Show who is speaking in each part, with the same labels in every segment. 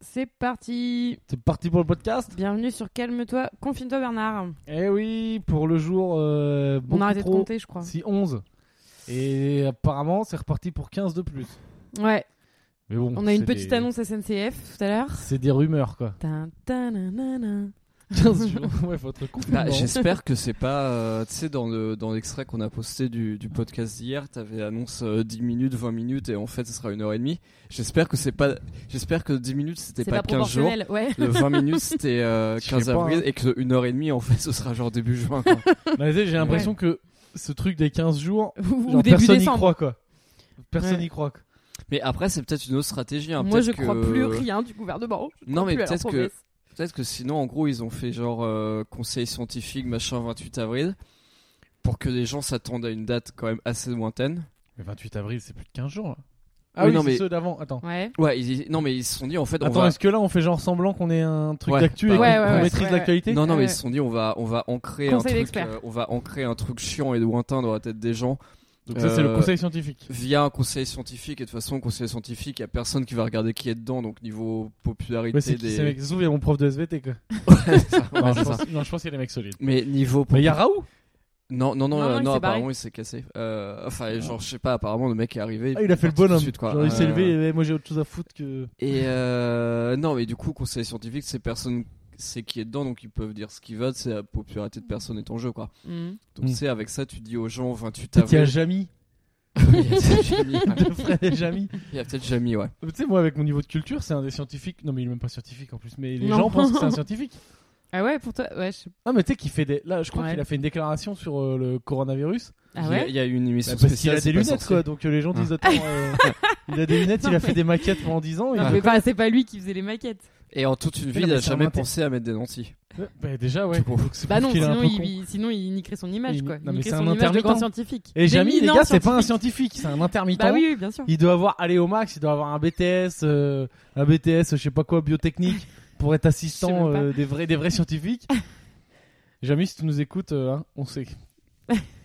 Speaker 1: C'est parti
Speaker 2: C'est parti pour le podcast
Speaker 1: Bienvenue sur Calme-toi, confine-toi Bernard.
Speaker 2: Eh oui, pour le jour. euh,
Speaker 1: On
Speaker 2: beaucoup
Speaker 1: a arrêté
Speaker 2: trop,
Speaker 1: de compter, je crois.
Speaker 2: Si 11. Et apparemment, c'est reparti pour 15 de plus.
Speaker 1: Ouais,
Speaker 2: Mais bon.
Speaker 1: on a une
Speaker 2: c'est
Speaker 1: petite
Speaker 2: des-
Speaker 1: annonce SNCF tout à l'heure.
Speaker 2: C'est des rumeurs, quoi.
Speaker 1: Tin, tin, nan, nan, nan.
Speaker 2: 15 jours. Ouais, faut être
Speaker 3: Bah,
Speaker 2: confinement.
Speaker 3: J'espère que c'est pas. euh, tu sais, dans le- dans l'extrait qu'on a posté du, du podcast d'hier, t'avais annonce euh, 10 minutes, 20 minutes, et en fait, ce sera une heure et demie. J'espère que c'est pas. J'espère que 10 minutes, c'était
Speaker 1: C'est
Speaker 3: pas,
Speaker 1: pas
Speaker 3: 15 jours.
Speaker 1: proportionnel, ouais.
Speaker 3: Le 20 minutes, c'était euh,
Speaker 2: Je sais
Speaker 3: 15
Speaker 2: pas,
Speaker 3: avril,
Speaker 2: hein.
Speaker 3: et que une heure et demie, en fait, ce sera genre début juin. quoi.
Speaker 2: Mais tu sais, J'ai l'impression que ce truc des 15 jours,
Speaker 1: Ou
Speaker 2: genre,
Speaker 1: début
Speaker 2: personne n'y
Speaker 1: décembre.
Speaker 2: croit, quoi. Personne
Speaker 1: Ouais.
Speaker 2: n'y croit. quoi.
Speaker 3: Mais après, c'est peut-être une autre stratégie. hein.
Speaker 1: Moi,
Speaker 3: Peut-être
Speaker 1: je crois
Speaker 3: que-
Speaker 1: plus rien du gouvernement. Je
Speaker 3: Non,
Speaker 1: crois
Speaker 3: mais
Speaker 1: plus à leurs
Speaker 3: peut-être que-
Speaker 1: promesses.
Speaker 3: Peut-être que sinon, en gros, ils ont fait genre euh, conseil scientifique, machin, 28 avril, pour que les gens s'attendent à une date quand même assez lointaine.
Speaker 2: Mais 28 avril, c'est plus de 15 jours, là.
Speaker 3: Oui,
Speaker 2: Ah oui,
Speaker 3: non,
Speaker 2: c'est
Speaker 3: mais-
Speaker 2: ceux d'avant. Attends.
Speaker 1: Ouais.
Speaker 3: Ouais, ils- ils- non, mais ils se sont dit, en fait, on
Speaker 2: Attends,
Speaker 3: va...
Speaker 2: est-ce que là, on fait genre semblant qu'on est un truc
Speaker 3: Ouais,
Speaker 2: d'actu et
Speaker 3: ouais,
Speaker 2: qu'on
Speaker 1: ouais,
Speaker 2: qu'on
Speaker 1: ouais,
Speaker 2: maîtrise
Speaker 1: ouais.
Speaker 2: l'actualité
Speaker 3: Non, non, mais
Speaker 1: Ouais.
Speaker 3: ils se sont dit, on va, on va ancrer
Speaker 1: euh, Conseil
Speaker 3: un truc,
Speaker 1: d'experts.
Speaker 3: euh, on va ancrer un truc chiant et lointain dans la tête des gens
Speaker 2: Donc, ça, c'est le
Speaker 3: Euh,
Speaker 2: conseil scientifique.
Speaker 3: via un conseil scientifique. Et de toute façon, conseil scientifique, il y a personne qui va regarder qui est dedans. Donc niveau popularité
Speaker 2: Ouais, c'est qui,
Speaker 3: des,
Speaker 2: ces mecs Ça se trouve, il y a mon prof de SVT, quoi.
Speaker 3: Ouais, c'est ça.
Speaker 2: Non,
Speaker 3: Ouais,
Speaker 2: je
Speaker 3: c'est ça.
Speaker 2: pense- non, je pense qu'il y a des mecs solides.
Speaker 3: Mais niveau
Speaker 2: Mais il y a Raoult
Speaker 3: non, non, non,
Speaker 1: Non,
Speaker 3: euh,
Speaker 1: non, il
Speaker 3: non,
Speaker 1: s'est barré.
Speaker 3: apparemment il s'est cassé. Euh, enfin, genre je sais pas. Apparemment le mec est arrivé.
Speaker 2: Ah, il a fait le
Speaker 3: parti tout de
Speaker 2: bonhomme.
Speaker 3: suite, quoi.
Speaker 2: Genre, il s'est
Speaker 3: Euh,
Speaker 2: levé et eh, moi j'ai autre chose à foutre que.
Speaker 3: Et euh, non, mais du coup, conseil scientifique, c'est personne c'est qui est dedans, donc ils peuvent dire ce qu'ils veulent. C'est la popularité de personne est en jeu, quoi.
Speaker 1: Mhm.
Speaker 3: Donc
Speaker 2: Mm.
Speaker 3: tu sais, avec ça, tu dis aux gens 28
Speaker 2: Peut-être il y a
Speaker 3: avril.
Speaker 2: Jamy,
Speaker 3: Il y a Jamy.
Speaker 2: le frère de Jamy.
Speaker 3: Il y a peut-être Jamy, ouais.
Speaker 2: Mais Tu sais, moi avec mon niveau de culture, c'est un des scientifiques. Non, mais il est même pas scientifique en plus, mais les
Speaker 1: Non.
Speaker 2: gens pensent que c'est un scientifique.
Speaker 1: Ah ouais, pour toi Ouais, je sais
Speaker 2: Ah, mais tu sais qu'il fait des. Là, je crois
Speaker 1: Ouais.
Speaker 2: qu'il a fait une déclaration sur euh, le coronavirus.
Speaker 1: Ah
Speaker 3: Il y a-
Speaker 1: ouais
Speaker 3: Il y a une émission
Speaker 2: Bah, parce qu'il
Speaker 3: spéciale.
Speaker 2: a
Speaker 3: c'est
Speaker 2: des
Speaker 3: pas Ah.
Speaker 2: lunettes,
Speaker 3: sorcier.
Speaker 2: quoi. Donc euh, les gens disent Attends, euh, il a des lunettes, il a fait des maquettes pendant 10 ans. et
Speaker 1: Non,
Speaker 2: il
Speaker 1: mais
Speaker 2: a-
Speaker 1: pas- c'est pas lui qui faisait les maquettes.
Speaker 3: Et en toute une vie,
Speaker 2: non,
Speaker 3: il
Speaker 2: mais
Speaker 3: a
Speaker 2: c'est un
Speaker 3: jamais
Speaker 2: matin.
Speaker 3: pensé à mettre des lentilles.
Speaker 2: Bah, déjà, ouais.
Speaker 3: Tu comprends.
Speaker 2: Donc, c'est
Speaker 1: Bah
Speaker 2: pour
Speaker 1: non,
Speaker 2: qu'il est un
Speaker 1: sinon
Speaker 2: peu
Speaker 1: il,
Speaker 2: con.
Speaker 1: il- sinon il niquerait son image
Speaker 2: Il-
Speaker 1: quoi.
Speaker 2: non,
Speaker 1: il
Speaker 2: mais
Speaker 1: niquerait
Speaker 2: c'est
Speaker 1: son
Speaker 2: un
Speaker 1: image de
Speaker 2: intermittent.
Speaker 1: grand scientifique.
Speaker 2: Et Eh, Jamy, les
Speaker 1: L'éminent
Speaker 2: gars, c'est pas un
Speaker 1: scientifique.
Speaker 2: scientifique, c'est un intermittent.
Speaker 1: Bah oui, oui, bien sûr.
Speaker 2: Il doit avoir aller au max, il doit avoir un BTS, euh, un BTS, je sais pas quoi, biotechnique, pour
Speaker 1: Je
Speaker 2: être
Speaker 1: sais
Speaker 2: assistant
Speaker 1: même pas.
Speaker 2: euh, des vrais, des vrais scientifiques. Jamy, si tu nous écoutes, euh, hein, on sait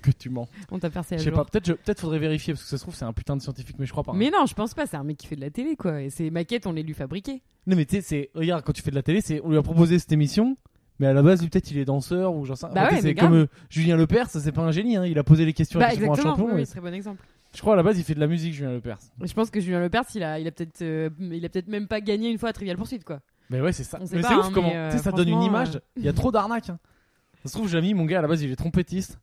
Speaker 2: que tu mens.
Speaker 1: On t'a percé à
Speaker 2: Je sais
Speaker 1: jour.
Speaker 2: pas, peut-être, je- peut-être faudrait vérifier parce que ça se trouve c'est un putain de scientifique, mais je crois pas. hein.
Speaker 1: Mais non, je pense pas. C'est un mec qui fait de la télé, quoi. Et ces maquettes, on les lui fabriquait.
Speaker 2: Non, mais tu sais, c'est regarde quand tu fais de la télé, c'est on lui a proposé cette émission. Mais à la base, lui, peut-être il est danseur ou j'en sais
Speaker 1: Bah
Speaker 2: tu sais,
Speaker 1: ouais, mais
Speaker 2: c'est
Speaker 1: grave.
Speaker 2: comme euh, Julien Lepers, c'est pas un génie, hein, il a posé les questions à
Speaker 1: bah,
Speaker 2: qui seront un
Speaker 1: exactement.
Speaker 2: champion.
Speaker 1: oui,
Speaker 2: mais
Speaker 1: oui, très bon exemple.
Speaker 2: Je crois à la base, il fait de la musique, Julien Lepers.
Speaker 1: Et je pense que Julien Lepers, il a, il a peut-être, euh, il a peut-être même pas gagné une fois à Trivial Poursuite, quoi.
Speaker 2: Mais ouais, c'est ça.
Speaker 1: On sait
Speaker 2: Mais
Speaker 1: pas,
Speaker 2: c'est
Speaker 1: hein,
Speaker 2: ouf
Speaker 1: mais,
Speaker 2: comment.
Speaker 1: euh,
Speaker 2: tu sais, ça donne une
Speaker 1: franchement,
Speaker 2: image. Il y a trop d'arnaques. hein. Ça se trouve, Jamy, mon gars, à la base, il est trompettiste.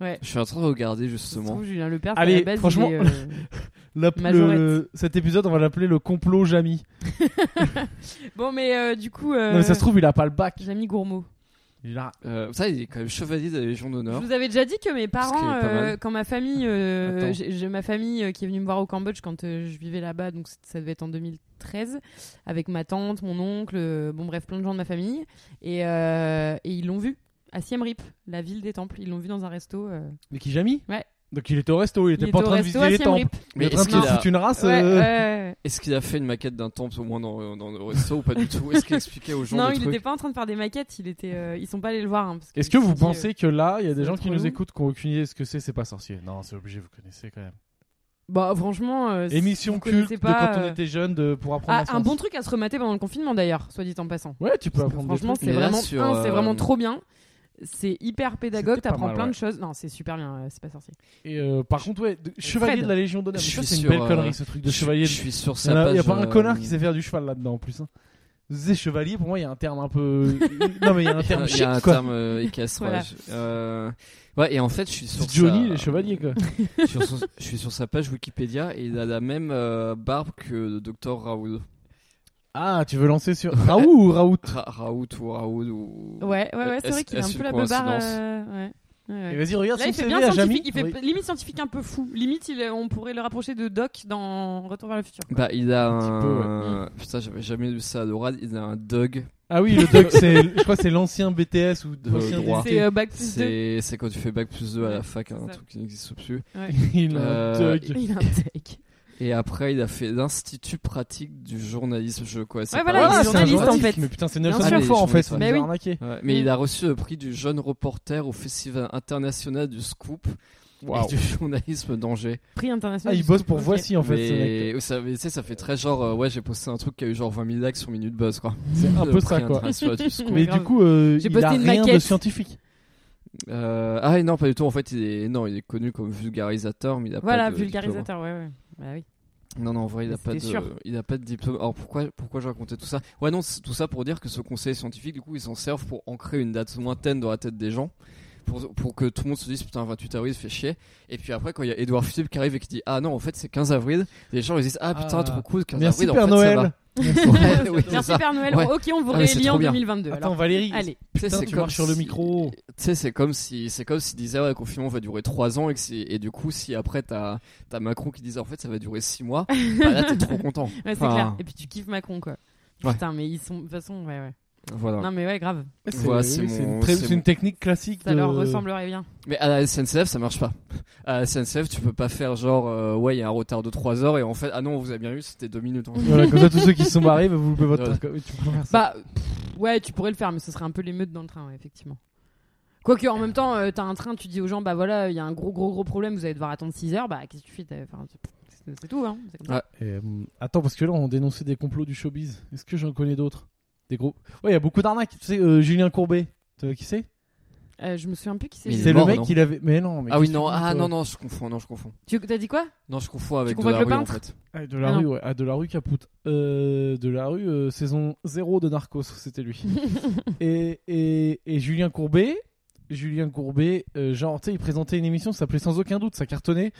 Speaker 3: Je suis en train de regarder
Speaker 1: Ça se
Speaker 3: justement.
Speaker 1: trouve, Julien Lepers, à
Speaker 2: Allez,
Speaker 1: la base,
Speaker 2: franchement,
Speaker 1: il est, euh,
Speaker 2: La-
Speaker 1: Majorette.
Speaker 2: le- cet épisode, on va l'appeler le complot Jamy.
Speaker 1: bon, mais euh, du coup, euh,
Speaker 2: Non, mais ça se trouve, il a pas le bac.
Speaker 1: Jamy Gourmaud.
Speaker 2: Il a-
Speaker 3: Euh, ça, il est quand même chevalier de la Légion
Speaker 1: Je
Speaker 3: d'honneur.
Speaker 1: vous avais déjà dit que mes
Speaker 3: Parce qu'il
Speaker 1: parents,
Speaker 3: est pas mal.
Speaker 1: euh, quand ma famille, euh,
Speaker 2: Attends.
Speaker 1: j'ai j'ai ma famille euh, qui est venue me voir au Cambodge quand euh, je vivais là-bas, donc c- ça devait être en 2013, avec ma tante, mon oncle, euh, bon bref, plein de gens de ma famille, et, euh, et ils l'ont vu à Siem Reap, la ville des temples. Ils l'ont vu dans un resto. euh.
Speaker 2: Mais qui, Jamy
Speaker 1: Ouais.
Speaker 2: Donc il était au resto, il était pas en
Speaker 1: était au
Speaker 2: train de
Speaker 1: resto
Speaker 2: visiter
Speaker 1: à
Speaker 2: les
Speaker 1: Siem
Speaker 2: temples.
Speaker 1: Reap.
Speaker 2: Il
Speaker 3: Mais
Speaker 2: est en
Speaker 3: est-ce
Speaker 2: train
Speaker 3: qu'il
Speaker 2: de
Speaker 3: a,
Speaker 2: foutre une race.
Speaker 1: Ouais,
Speaker 2: euh,
Speaker 1: ouais.
Speaker 3: est-ce qu'il a fait une maquette d'un temple au moins dans, dans le resto ou pas du tout Est-ce qu'il expliquait aux gens
Speaker 1: Non,
Speaker 3: le
Speaker 1: il
Speaker 3: truc
Speaker 1: n'était pas en train de faire des maquettes. Il était, euh, ils sont pas allés le voir. hein, parce
Speaker 2: Est-ce
Speaker 1: ils
Speaker 2: que
Speaker 1: se
Speaker 2: vous
Speaker 1: sont dit, euh,
Speaker 2: pensez que là, il y a des
Speaker 1: c'est
Speaker 2: gens qui
Speaker 1: trop
Speaker 2: nous
Speaker 1: long.
Speaker 2: écoutent, qui ont aucune idée de ce que c'est, c'est pas sorcier Non, c'est obligé, vous connaissez quand même.
Speaker 1: Bah franchement. euh, si
Speaker 2: Émission
Speaker 1: vous
Speaker 2: culte
Speaker 1: connaissez
Speaker 2: de
Speaker 1: pas,
Speaker 2: quand on
Speaker 1: euh,
Speaker 2: était hein. jeune de- pour apprendre
Speaker 1: Ah,
Speaker 2: la
Speaker 1: un
Speaker 2: science.
Speaker 1: bon truc à se remater pendant le confinement d'ailleurs, soit dit en passant.
Speaker 2: Ouais, tu peux apprendre des
Speaker 1: Franchement,
Speaker 2: trucs.
Speaker 1: c'est
Speaker 3: Mais là,
Speaker 1: vraiment,
Speaker 3: sur,
Speaker 1: un, c'est
Speaker 3: euh,
Speaker 1: vraiment trop bien. C'est hyper pédagogue,
Speaker 2: C'était pas
Speaker 1: t'apprends
Speaker 2: mal,
Speaker 1: plein
Speaker 2: ouais.
Speaker 1: de choses. Non, c'est super bien, euh, c'est pas sorcier.
Speaker 2: Et, euh, par contre, ouais, de- chevalier
Speaker 1: Fred.
Speaker 2: de la Légion d'honneur.
Speaker 3: Je
Speaker 2: Mais ça,
Speaker 3: suis
Speaker 2: C'est une
Speaker 3: sûr,
Speaker 2: belle
Speaker 3: euh,
Speaker 2: connerie ce truc de
Speaker 3: Je-
Speaker 2: chevalier.
Speaker 3: Je,
Speaker 2: de-
Speaker 3: suis sur
Speaker 2: Il y
Speaker 3: sa
Speaker 2: en a,
Speaker 3: page.
Speaker 2: il y a pas un
Speaker 3: euh,
Speaker 2: connard qui sait faire du cheval là-dedans en plus. Hein. Vous disiez chevalier, pour moi, il y a un terme un peu. non, mais il y a un
Speaker 3: Il y a-
Speaker 2: terme
Speaker 3: il
Speaker 2: chic
Speaker 3: y a un
Speaker 2: quoi.
Speaker 3: terme euh, équestre. ouais.
Speaker 1: Voilà.
Speaker 3: Je- euh, ouais, et en fait, je suis sur
Speaker 2: C'est Johnny,
Speaker 3: sa-
Speaker 2: les chevaliers quoi.
Speaker 3: sur son- je suis sur sa page Wikipédia et il a la même euh, barbe que le docteur Raoul.
Speaker 2: Ah, tu veux lancer sur. Raoult ou Raoult
Speaker 3: Ra- Raoult ou Raoul ou.
Speaker 1: Ouais, ouais, ouais, c'est
Speaker 3: Est-ce-
Speaker 1: vrai qu'il a un
Speaker 3: est-ce
Speaker 1: peu la
Speaker 3: une
Speaker 1: beubare.
Speaker 3: coïncidence
Speaker 1: euh, ouais. Ouais, ouais.
Speaker 2: Et Vas-y, regarde
Speaker 1: Là,
Speaker 2: son
Speaker 1: il fait
Speaker 2: CV
Speaker 1: bien
Speaker 2: à Jamy.
Speaker 1: scientifique, il fait
Speaker 2: Oui.
Speaker 1: p- limite scientifique un peu fou. Limite, il est- on pourrait le rapprocher de Doc dans Retour vers le futur.
Speaker 3: Bah, il a
Speaker 2: Un petit
Speaker 3: un.
Speaker 2: peu, ouais.
Speaker 3: Putain, j'avais jamais lu ça à l'oral. Il a un Doug.
Speaker 2: Ah oui, le Doc, c'est. Je crois que c'est l'ancien BTS ou
Speaker 3: De
Speaker 2: l'ancien
Speaker 3: droit.
Speaker 2: DUT.
Speaker 1: C'est euh, Bac plus 2.
Speaker 3: C'est c'est quand tu fais bac plus 2 à la
Speaker 1: Ouais,
Speaker 3: fac, hein,
Speaker 1: c'est
Speaker 3: un
Speaker 1: ça.
Speaker 3: truc qui n'existe plus.
Speaker 2: Il a un
Speaker 3: Euh,
Speaker 2: Doc.
Speaker 1: Il a un tech.
Speaker 3: Et après, il a fait l'Institut pratique du journalisme. Je quoi c'est
Speaker 1: Ouais,
Speaker 3: pas
Speaker 1: voilà,
Speaker 3: mal.
Speaker 1: il est
Speaker 2: Ah, c'est un
Speaker 1: journaliste, en
Speaker 2: journaliste,
Speaker 1: fait.
Speaker 2: Mais putain, c'est
Speaker 1: Bien
Speaker 2: Nelson
Speaker 1: sûr.
Speaker 2: Montfort en fait,
Speaker 3: Ah,
Speaker 2: on
Speaker 1: mais
Speaker 2: nous a
Speaker 1: oui.
Speaker 2: arnaqué.
Speaker 3: Ouais, mais
Speaker 1: Mm.
Speaker 3: il a reçu le prix du jeune reporter au Festival international du Scoop
Speaker 2: Waouh.
Speaker 3: et du journalisme d'Angers.
Speaker 1: Prix international.
Speaker 2: Ah, il
Speaker 1: du
Speaker 2: bosse
Speaker 1: site.
Speaker 2: pour
Speaker 1: Ok.
Speaker 2: Voici en fait ce mec.
Speaker 3: mais ça, mais tu sais, ça fait très genre, euh, ouais, j'ai posté un truc qui a eu genre 20 000 likes sur Minute Buzz, quoi.
Speaker 2: C'est un
Speaker 3: Le
Speaker 2: peu ça
Speaker 3: prix
Speaker 2: quoi.
Speaker 3: international du secours.
Speaker 1: Ouais,
Speaker 2: Mais
Speaker 1: grave.
Speaker 2: du coup, euh,
Speaker 1: J'ai
Speaker 2: il
Speaker 1: posté
Speaker 2: a
Speaker 1: une
Speaker 2: rien de
Speaker 1: maquette.
Speaker 2: scientifique.
Speaker 3: Euh, ah et non, pas du tout. En fait, il est, non, il est connu comme vulgarisateur, mais il a
Speaker 1: Voilà,
Speaker 3: pas de hein. diplôme.
Speaker 1: vulgarisateur, ouais, ouais. Bah oui.
Speaker 3: Non, non, en vrai, il
Speaker 1: Mais
Speaker 3: a pas de,
Speaker 1: c'était sûr.
Speaker 3: il a pas de diplôme. Alors pourquoi, pourquoi je racontais tout ça Ouais, non, c'est tout ça pour dire que ce conseil scientifique, du coup, ils s'en servent pour ancrer une date lointaine dans la tête des gens, pour, pour que tout le monde se dise putain 28 avril, fait chier. Et puis après, quand il y a Edouard Philippe qui arrive et qui dit ah non, en fait c'est 15 avril, les gens ils disent ah putain
Speaker 2: Ah.
Speaker 3: trop cool 15
Speaker 2: Merci
Speaker 3: avril, en
Speaker 2: Père
Speaker 3: fait, ça
Speaker 2: Noël.
Speaker 3: va. Ouais, oui, c'est
Speaker 1: Merci
Speaker 3: ça.
Speaker 1: Père Noël.
Speaker 3: Ouais.
Speaker 1: Ok, on vous
Speaker 3: Ah, mais c'est
Speaker 1: réélit en
Speaker 3: trop bien.
Speaker 1: 2022.
Speaker 2: Attends,
Speaker 1: Alors,
Speaker 2: Valérie,
Speaker 1: allez.
Speaker 3: Tu sais,
Speaker 2: putain,
Speaker 3: c'est
Speaker 2: tu
Speaker 3: comme
Speaker 2: marches sur le
Speaker 3: si-
Speaker 2: micro.
Speaker 3: Tu sais, c'est comme si, c'est comme s'ils disaient, ouais, le confinement va durer 3 ans et, que c'est- et du coup, si après t'as as Macron qui disait en fait ça va durer 6 mois, bah là t'es trop content.
Speaker 1: Ouais, c'est
Speaker 3: Enfin,
Speaker 1: clair. Et puis tu kiffes Macron, quoi.
Speaker 3: Ouais.
Speaker 1: Putain, mais ils sont. De toute façon, ouais, ouais.
Speaker 3: Voilà.
Speaker 1: Non, mais ouais, grave.
Speaker 2: C'est
Speaker 3: Voilà,
Speaker 2: oui,
Speaker 3: c'est
Speaker 2: c'est
Speaker 3: mon-
Speaker 2: une, très-
Speaker 3: c'est
Speaker 2: c'est une
Speaker 3: mon-
Speaker 2: technique classique.
Speaker 1: Ça
Speaker 2: de-
Speaker 1: leur ressemblerait bien.
Speaker 3: Mais à la SNCF ça marche pas. À la SNCF tu peux pas faire genre, euh, ouais, il y a un retard de 3 heures et en fait, ah non, on vous a bien eu, c'était 2 minutes. en fait.
Speaker 2: Voilà, comme ça, tous ceux qui se sont barrés, bah, vous pouvez votre.
Speaker 3: Voilà.
Speaker 2: Tu peux faire ça.
Speaker 1: Bah, pff, ouais, tu pourrais le faire, mais ce serait un peu l'émeute dans le train, ouais, effectivement. Quoique, en même temps, euh, t'as un train, tu dis aux gens, bah voilà, il y a un gros, gros, gros problème, vous allez devoir attendre 6 heures, bah qu'est-ce que tu fais t'as- enfin, c'est, c'est tout, hein. c'est comme ça.
Speaker 3: Ouais.
Speaker 2: Et, euh, attends, parce que là, on dénonçait des complots du showbiz. Est-ce que j'en connais d'autres Des groupes. Ouais, il y a beaucoup d'arnaques. Tu sais, euh, Julien Courbet, tu- qui c'est
Speaker 1: Euh, je me souviens plus qui c'est.
Speaker 3: Mais il
Speaker 2: C'est
Speaker 3: est
Speaker 2: le
Speaker 3: mort,
Speaker 2: mec
Speaker 3: non
Speaker 2: qui l'avait. Mais non, mais.
Speaker 3: Ah oui,
Speaker 2: qu'est-ce
Speaker 3: non,
Speaker 2: que tu
Speaker 3: ah
Speaker 2: dis,
Speaker 3: non,
Speaker 2: toi
Speaker 3: non, je confonds, non, je confonds.
Speaker 1: Tu t'as dit quoi
Speaker 3: Non, je confonds avec
Speaker 1: confonds
Speaker 3: de la
Speaker 1: avec le
Speaker 3: rue en
Speaker 1: peintre
Speaker 3: fait.
Speaker 2: Ah, de la
Speaker 1: Ah non.
Speaker 2: rue, ouais. Ah, de la rue Capoute. Euh, de la rue, euh, saison 0 de Narcos, c'était lui. et, et, et Julien Courbet, Julien Courbet, euh, genre, tu sais, il présentait une émission, ça s'appelait sans aucun doute, ça cartonnait.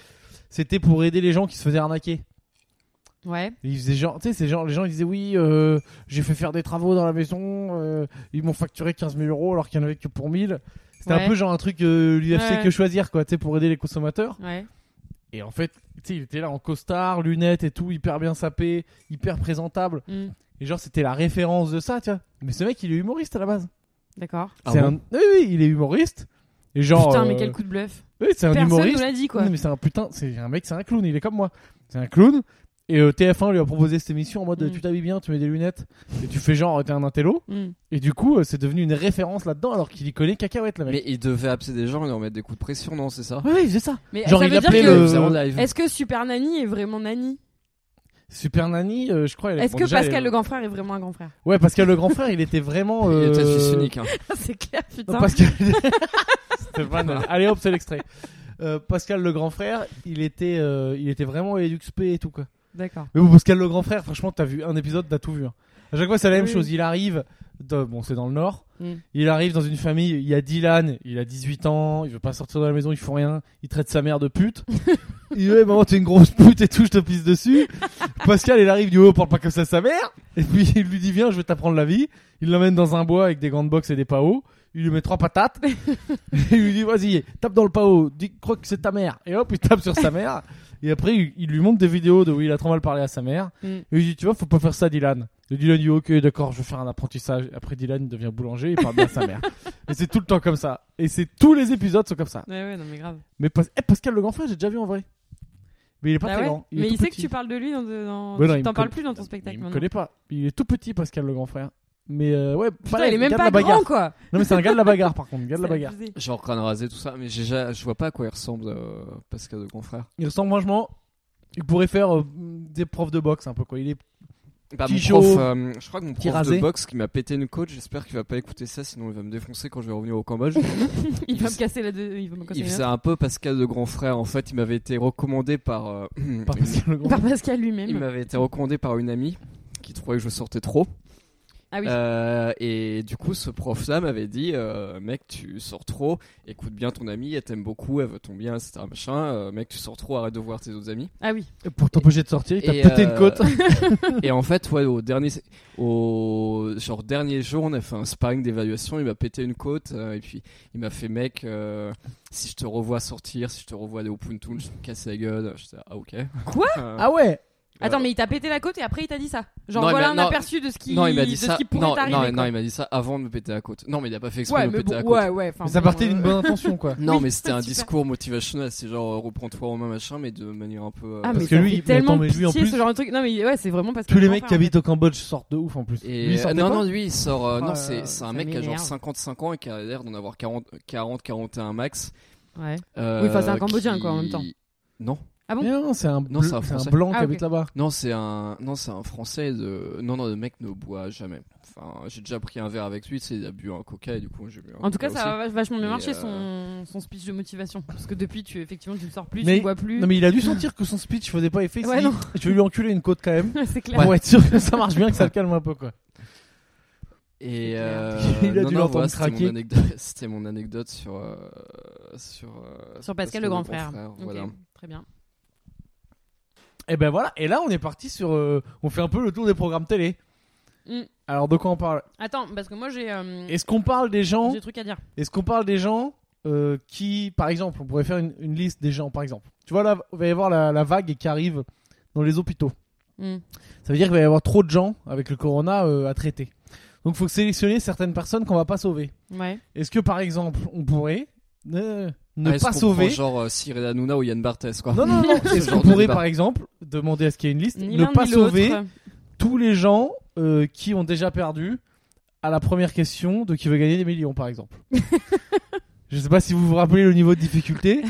Speaker 2: C'était pour aider les gens qui se faisaient arnaquer.
Speaker 1: Ouais.
Speaker 2: Et il faisait genre, tu sais, c'est genre, les gens ils disaient oui, euh, j'ai fait faire des travaux dans la maison, euh, ils m'ont facturé 15 000 euros alors qu'il n'y en avait que pour 1000. C'était
Speaker 1: Ouais.
Speaker 2: un peu genre un truc euh, l'UFC
Speaker 1: Ouais.
Speaker 2: que choisir, quoi, tu sais, pour aider les consommateurs.
Speaker 1: Ouais.
Speaker 2: Et en fait, tu sais, il était là en costard, lunettes et tout, hyper bien sapé, hyper présentable.
Speaker 1: Mm.
Speaker 2: Et genre, c'était la référence de ça, tu vois. Mais ce mec, il est humoriste à la base.
Speaker 1: D'accord.
Speaker 3: Ah
Speaker 2: c'est
Speaker 3: bon
Speaker 2: un... Oui, oui, il est humoriste. Et genre.
Speaker 1: Putain, mais
Speaker 2: euh,
Speaker 1: quel coup de bluff.
Speaker 2: oui, c'est un
Speaker 1: Personne
Speaker 2: humoriste.
Speaker 1: nous l'a dit, quoi.
Speaker 2: Non, mais c'est un putain, c'est un mec, c'est un clown, il est comme moi. C'est un clown. Et euh, TF1 lui a proposé cette émission en mode
Speaker 1: Mm.
Speaker 2: tu t'habilles bien, tu mets des lunettes, et tu fais genre t'es un intello.
Speaker 1: Mm.
Speaker 2: Et du coup, euh, c'est devenu une référence là-dedans alors qu'il y connaît cacahuète, le mec.
Speaker 3: Mais il devait appeler des gens et leur mettre des coups de pression, non, c'est ça
Speaker 2: Ouais, ouais, il faisait ça.
Speaker 1: Mais
Speaker 2: Genre,
Speaker 1: ça
Speaker 2: il
Speaker 1: veut dire
Speaker 2: appelait
Speaker 1: que.
Speaker 2: le-
Speaker 3: Ils faisaient en live.
Speaker 1: Est-ce que Super Nanny est vraiment Nanny
Speaker 2: Super Nani, euh, je crois. elle-
Speaker 1: Est-ce
Speaker 2: bon,
Speaker 1: que
Speaker 2: déjà, elle-
Speaker 1: Pascal le grand frère est vraiment un grand frère
Speaker 2: Ouais, Pascal le grand frère, il était vraiment.
Speaker 3: Il était
Speaker 2: euh,
Speaker 3: fils unique. hein.
Speaker 1: C'est clair, putain.
Speaker 2: Non, Pascal. C'était pas mal. Allez hop, c'est l'extrait. Euh, Pascal le grand frère, il était, euh, il était vraiment EduxP et tout quoi.
Speaker 1: D'accord.
Speaker 2: Mais bon, Pascal le grand frère, franchement, t'as vu un épisode, t'as tout vu. hein. À chaque fois, c'est la même
Speaker 1: Oui.
Speaker 2: chose. Il arrive, de- bon, c'est dans le nord.
Speaker 1: Mm.
Speaker 2: Il arrive dans une famille, il y a Dylan, il a 18 ans, il veut pas sortir de la maison, il faut rien, il traite sa mère de pute. il dit, ouais, maman, t'es une grosse pute et tout, je te pisse dessus. Pascal, il arrive, il dit, oh, parle pas comme ça à sa mère. Et puis, il lui dit, viens, je vais t'apprendre la vie. Il l'emmène dans un bois avec des grandes boxes et des paos. Il lui met trois patates. il lui dit, vas-y, tape dans le pao, dis, crois que c'est ta mère. Et hop, il tape sur sa mère. Et après, il, il lui montre des vidéos de où il a trop mal parlé à sa mère.
Speaker 1: Mm.
Speaker 2: Et il dit, tu vois, faut pas faire ça, Dylan. Et Dylan dit, ok, d'accord, je vais faire un apprentissage. Après, Dylan devient boulanger et parle bien à sa mère. Et c'est tout le temps comme ça. Et c'est tous les épisodes sont comme ça.
Speaker 1: Ouais, ouais, non, mais grave.
Speaker 2: Mais Pas- eh, Pascal le grand frère, j'ai déjà vu en vrai. Mais il est pas
Speaker 1: Bah
Speaker 2: très
Speaker 1: ouais.
Speaker 2: grand.
Speaker 1: mais
Speaker 2: est
Speaker 1: il
Speaker 2: tout
Speaker 1: sait que
Speaker 2: petit.
Speaker 1: tu parles de lui dans. dans...
Speaker 2: Ouais, non,
Speaker 1: tu
Speaker 2: il
Speaker 1: t'en
Speaker 2: me
Speaker 1: parles
Speaker 2: conna-
Speaker 1: plus dans ton spectacle
Speaker 2: Il me
Speaker 1: maintenant.
Speaker 2: connaît pas. Il est tout petit, Pascal le grand frère. Mais euh, ouais,
Speaker 1: Putain,
Speaker 2: pareil,
Speaker 1: il est même
Speaker 2: gars de
Speaker 1: pas
Speaker 2: la bagarre.
Speaker 1: grand quoi.
Speaker 2: Non, mais c'est un gars de la bagarre par contre, gars de la
Speaker 1: C'est
Speaker 2: bagarre.
Speaker 1: abusé.
Speaker 3: Genre crâne rasé, tout ça, mais j'ai ja- je vois pas à quoi il ressemble, euh, Pascal de Confrère.
Speaker 2: Il ressemble franchement. Il pourrait faire euh, des profs de boxe un peu quoi. Il est
Speaker 3: Bah,
Speaker 2: Petit
Speaker 3: mon prof,
Speaker 2: chaud,
Speaker 3: euh, je crois que mon
Speaker 2: petit
Speaker 3: prof
Speaker 2: rasé.
Speaker 3: de boxe qui m'a pété une côte, j'espère qu'il va pas écouter ça, sinon il va me défoncer quand je vais revenir au Cambodge.
Speaker 1: Il va
Speaker 3: Il
Speaker 1: me casser la deux. Il va me casser
Speaker 3: il
Speaker 1: la
Speaker 3: faisait un peu Pascal de grand frère, en fait, il m'avait été recommandé par, euh,
Speaker 2: pas Pascal le
Speaker 1: deux.
Speaker 2: grand.
Speaker 1: Par Pascal
Speaker 3: il
Speaker 1: lui-même.
Speaker 3: m'avait été recommandé par une amie qui trouvait que je sortais trop.
Speaker 1: Ah oui.
Speaker 3: Euh, et du coup, ce prof-là m'avait dit, euh, mec, tu sors trop, écoute bien ton amie, elle t'aime beaucoup, elle veut ton bien, etc. Machin, Euh, mec, tu sors trop, arrête de voir tes autres amis.
Speaker 1: Ah oui.
Speaker 2: Pour t'empêcher de sortir, il t'a
Speaker 3: Et,
Speaker 2: pété
Speaker 3: euh,
Speaker 2: une côte.
Speaker 3: Et en fait, ouais, au dernier, au genre dernier jour, on a fait un sparring d'évaluation. Il m'a pété une côte euh, et puis il m'a fait mec, euh, si je te revois sortir, si je te revois aller au Puntoon, je te casse la gueule. J'étais ah ok.
Speaker 1: Quoi
Speaker 3: Euh,
Speaker 2: Ah ouais
Speaker 1: Attends, mais il t'a pété la côte et après il t'a dit ça. Genre
Speaker 3: Non, il
Speaker 1: voilà
Speaker 3: m'a-
Speaker 1: un
Speaker 3: non.
Speaker 1: aperçu de ce qui,
Speaker 3: non, il m'a
Speaker 1: de
Speaker 3: dit
Speaker 1: ce
Speaker 3: ça.
Speaker 1: qui pourrait
Speaker 3: Non,
Speaker 1: t'arriver.
Speaker 3: non, non,
Speaker 1: quoi.
Speaker 3: il m'a dit ça avant de me péter la côte. Non, mais il a pas fait exprès
Speaker 1: ouais,
Speaker 3: de me
Speaker 1: mais
Speaker 3: péter
Speaker 1: bon,
Speaker 3: la côte.
Speaker 1: ouais, ouais. enfin,
Speaker 2: Mais ça
Speaker 1: bon,
Speaker 2: partait d'une
Speaker 1: euh,
Speaker 2: bonne intention quoi.
Speaker 3: Non,
Speaker 1: Oui,
Speaker 3: mais c'était un
Speaker 1: super.
Speaker 3: discours motivational, c'est genre euh, reprends-toi en main machin, mais de manière un peu. euh,
Speaker 1: Ah,
Speaker 2: Parce
Speaker 1: mais
Speaker 2: que
Speaker 1: ça
Speaker 2: lui,
Speaker 1: fait
Speaker 2: mais
Speaker 1: tellement
Speaker 2: attends, mais lui,
Speaker 1: pitié,
Speaker 2: en plus-
Speaker 1: ce genre de truc. Non, mais ouais, c'est vraiment parce que.
Speaker 2: Tous les mecs qui habitent au Cambodge sortent de ouf en plus.
Speaker 3: Et
Speaker 2: Lui, il
Speaker 3: euh,
Speaker 2: sortait
Speaker 3: non,
Speaker 2: pas
Speaker 3: non, lui il sort. euh,
Speaker 2: Ah,
Speaker 3: non, c'est
Speaker 2: euh,
Speaker 3: c'est un
Speaker 1: Oh, ça
Speaker 3: mec qui a genre
Speaker 1: m'énerve.
Speaker 3: 55 ans et qui a l'air d'en avoir 40, 40, 41 max.
Speaker 1: Ouais.
Speaker 3: euh,
Speaker 1: Oui, enfin, c'est un Cambodgien, quoi, en même temps.
Speaker 3: Non,
Speaker 1: Ah bon
Speaker 2: Mais non, c'est un,
Speaker 3: Non,
Speaker 2: bleu-
Speaker 3: c'est un
Speaker 2: c'est un
Speaker 3: Français.
Speaker 2: blanc
Speaker 1: Ah,
Speaker 2: qui
Speaker 1: ok.
Speaker 2: habite là-bas.
Speaker 3: non, c'est un, non, c'est un Français de, non, non, le mec ne boit jamais. Enfin, j'ai déjà pris un verre avec lui, tu sais, il a bu un coca et du coup, j'ai bu. un
Speaker 1: En tout
Speaker 3: coca
Speaker 1: cas, ça a vachement bien
Speaker 3: Et,
Speaker 1: marché
Speaker 3: euh,
Speaker 1: son, son speech de motivation. Parce que depuis, tu effectivement, tu ne sors plus,
Speaker 2: Mais-
Speaker 1: tu ne bois
Speaker 3: Mm.
Speaker 1: plus.
Speaker 2: Non, mais il a dû sentir que son speech faisait pas effet. il s'est
Speaker 1: Ouais,
Speaker 2: dit,
Speaker 1: non.
Speaker 2: Je vais lui enculer une côte quand même.
Speaker 1: c'est clair.
Speaker 2: Pour être sûr que ça marche bien, que ça le calme un peu, quoi.
Speaker 3: Et
Speaker 1: clair.
Speaker 3: euh,
Speaker 2: Il a
Speaker 3: non,
Speaker 2: dû
Speaker 3: non,
Speaker 2: l'entendre
Speaker 3: voilà, c'était
Speaker 2: craquer.
Speaker 3: mon anecdote- C'était mon anecdote sur euh, sur euh,
Speaker 1: Sur Pascal, le grand frère. Ok,
Speaker 3: voilà.
Speaker 1: Très bien.
Speaker 2: Et ben voilà. Et là, on est parti sur. euh, on fait un peu le tour des programmes télé.
Speaker 1: Mm.
Speaker 2: Alors, de quoi on parle
Speaker 1: Attends, parce que moi, j'ai
Speaker 3: Mm.
Speaker 1: euh,
Speaker 2: Est-ce qu'on parle des gens
Speaker 1: j'ai des trucs à dire.
Speaker 2: Est-ce qu'on parle des gens euh, qui, par exemple, on pourrait faire une, une liste des gens, par exemple. Tu vois, là, il va y avoir la, la vague qui arrive dans les hôpitaux.
Speaker 1: Mm.
Speaker 2: Ça veut dire qu'il va y avoir trop de gens avec le corona euh, à traiter. Donc, il faut sélectionner certaines personnes qu'on va pas sauver.
Speaker 1: Ouais.
Speaker 2: Est-ce que, par exemple, on pourrait ne, ne
Speaker 3: Ah, est-ce
Speaker 2: pas
Speaker 3: qu'on
Speaker 2: sauver
Speaker 3: prend genre euh, Cyril Hanouna ou Yann Barthès quoi.
Speaker 2: Non, non, non. Est-ce
Speaker 3: Ce
Speaker 2: qu'on
Speaker 3: genre de
Speaker 2: pourrait,
Speaker 3: débat.
Speaker 2: par exemple, demander à ce qu'il y ait une liste,
Speaker 1: Ni
Speaker 2: ne
Speaker 1: l'un
Speaker 2: pas
Speaker 1: ni l'autre.
Speaker 2: sauver tous les gens euh, qui ont déjà perdu à la première question de qui veut gagner des millions, par exemple. je sais pas si vous vous rappelez le niveau de difficulté,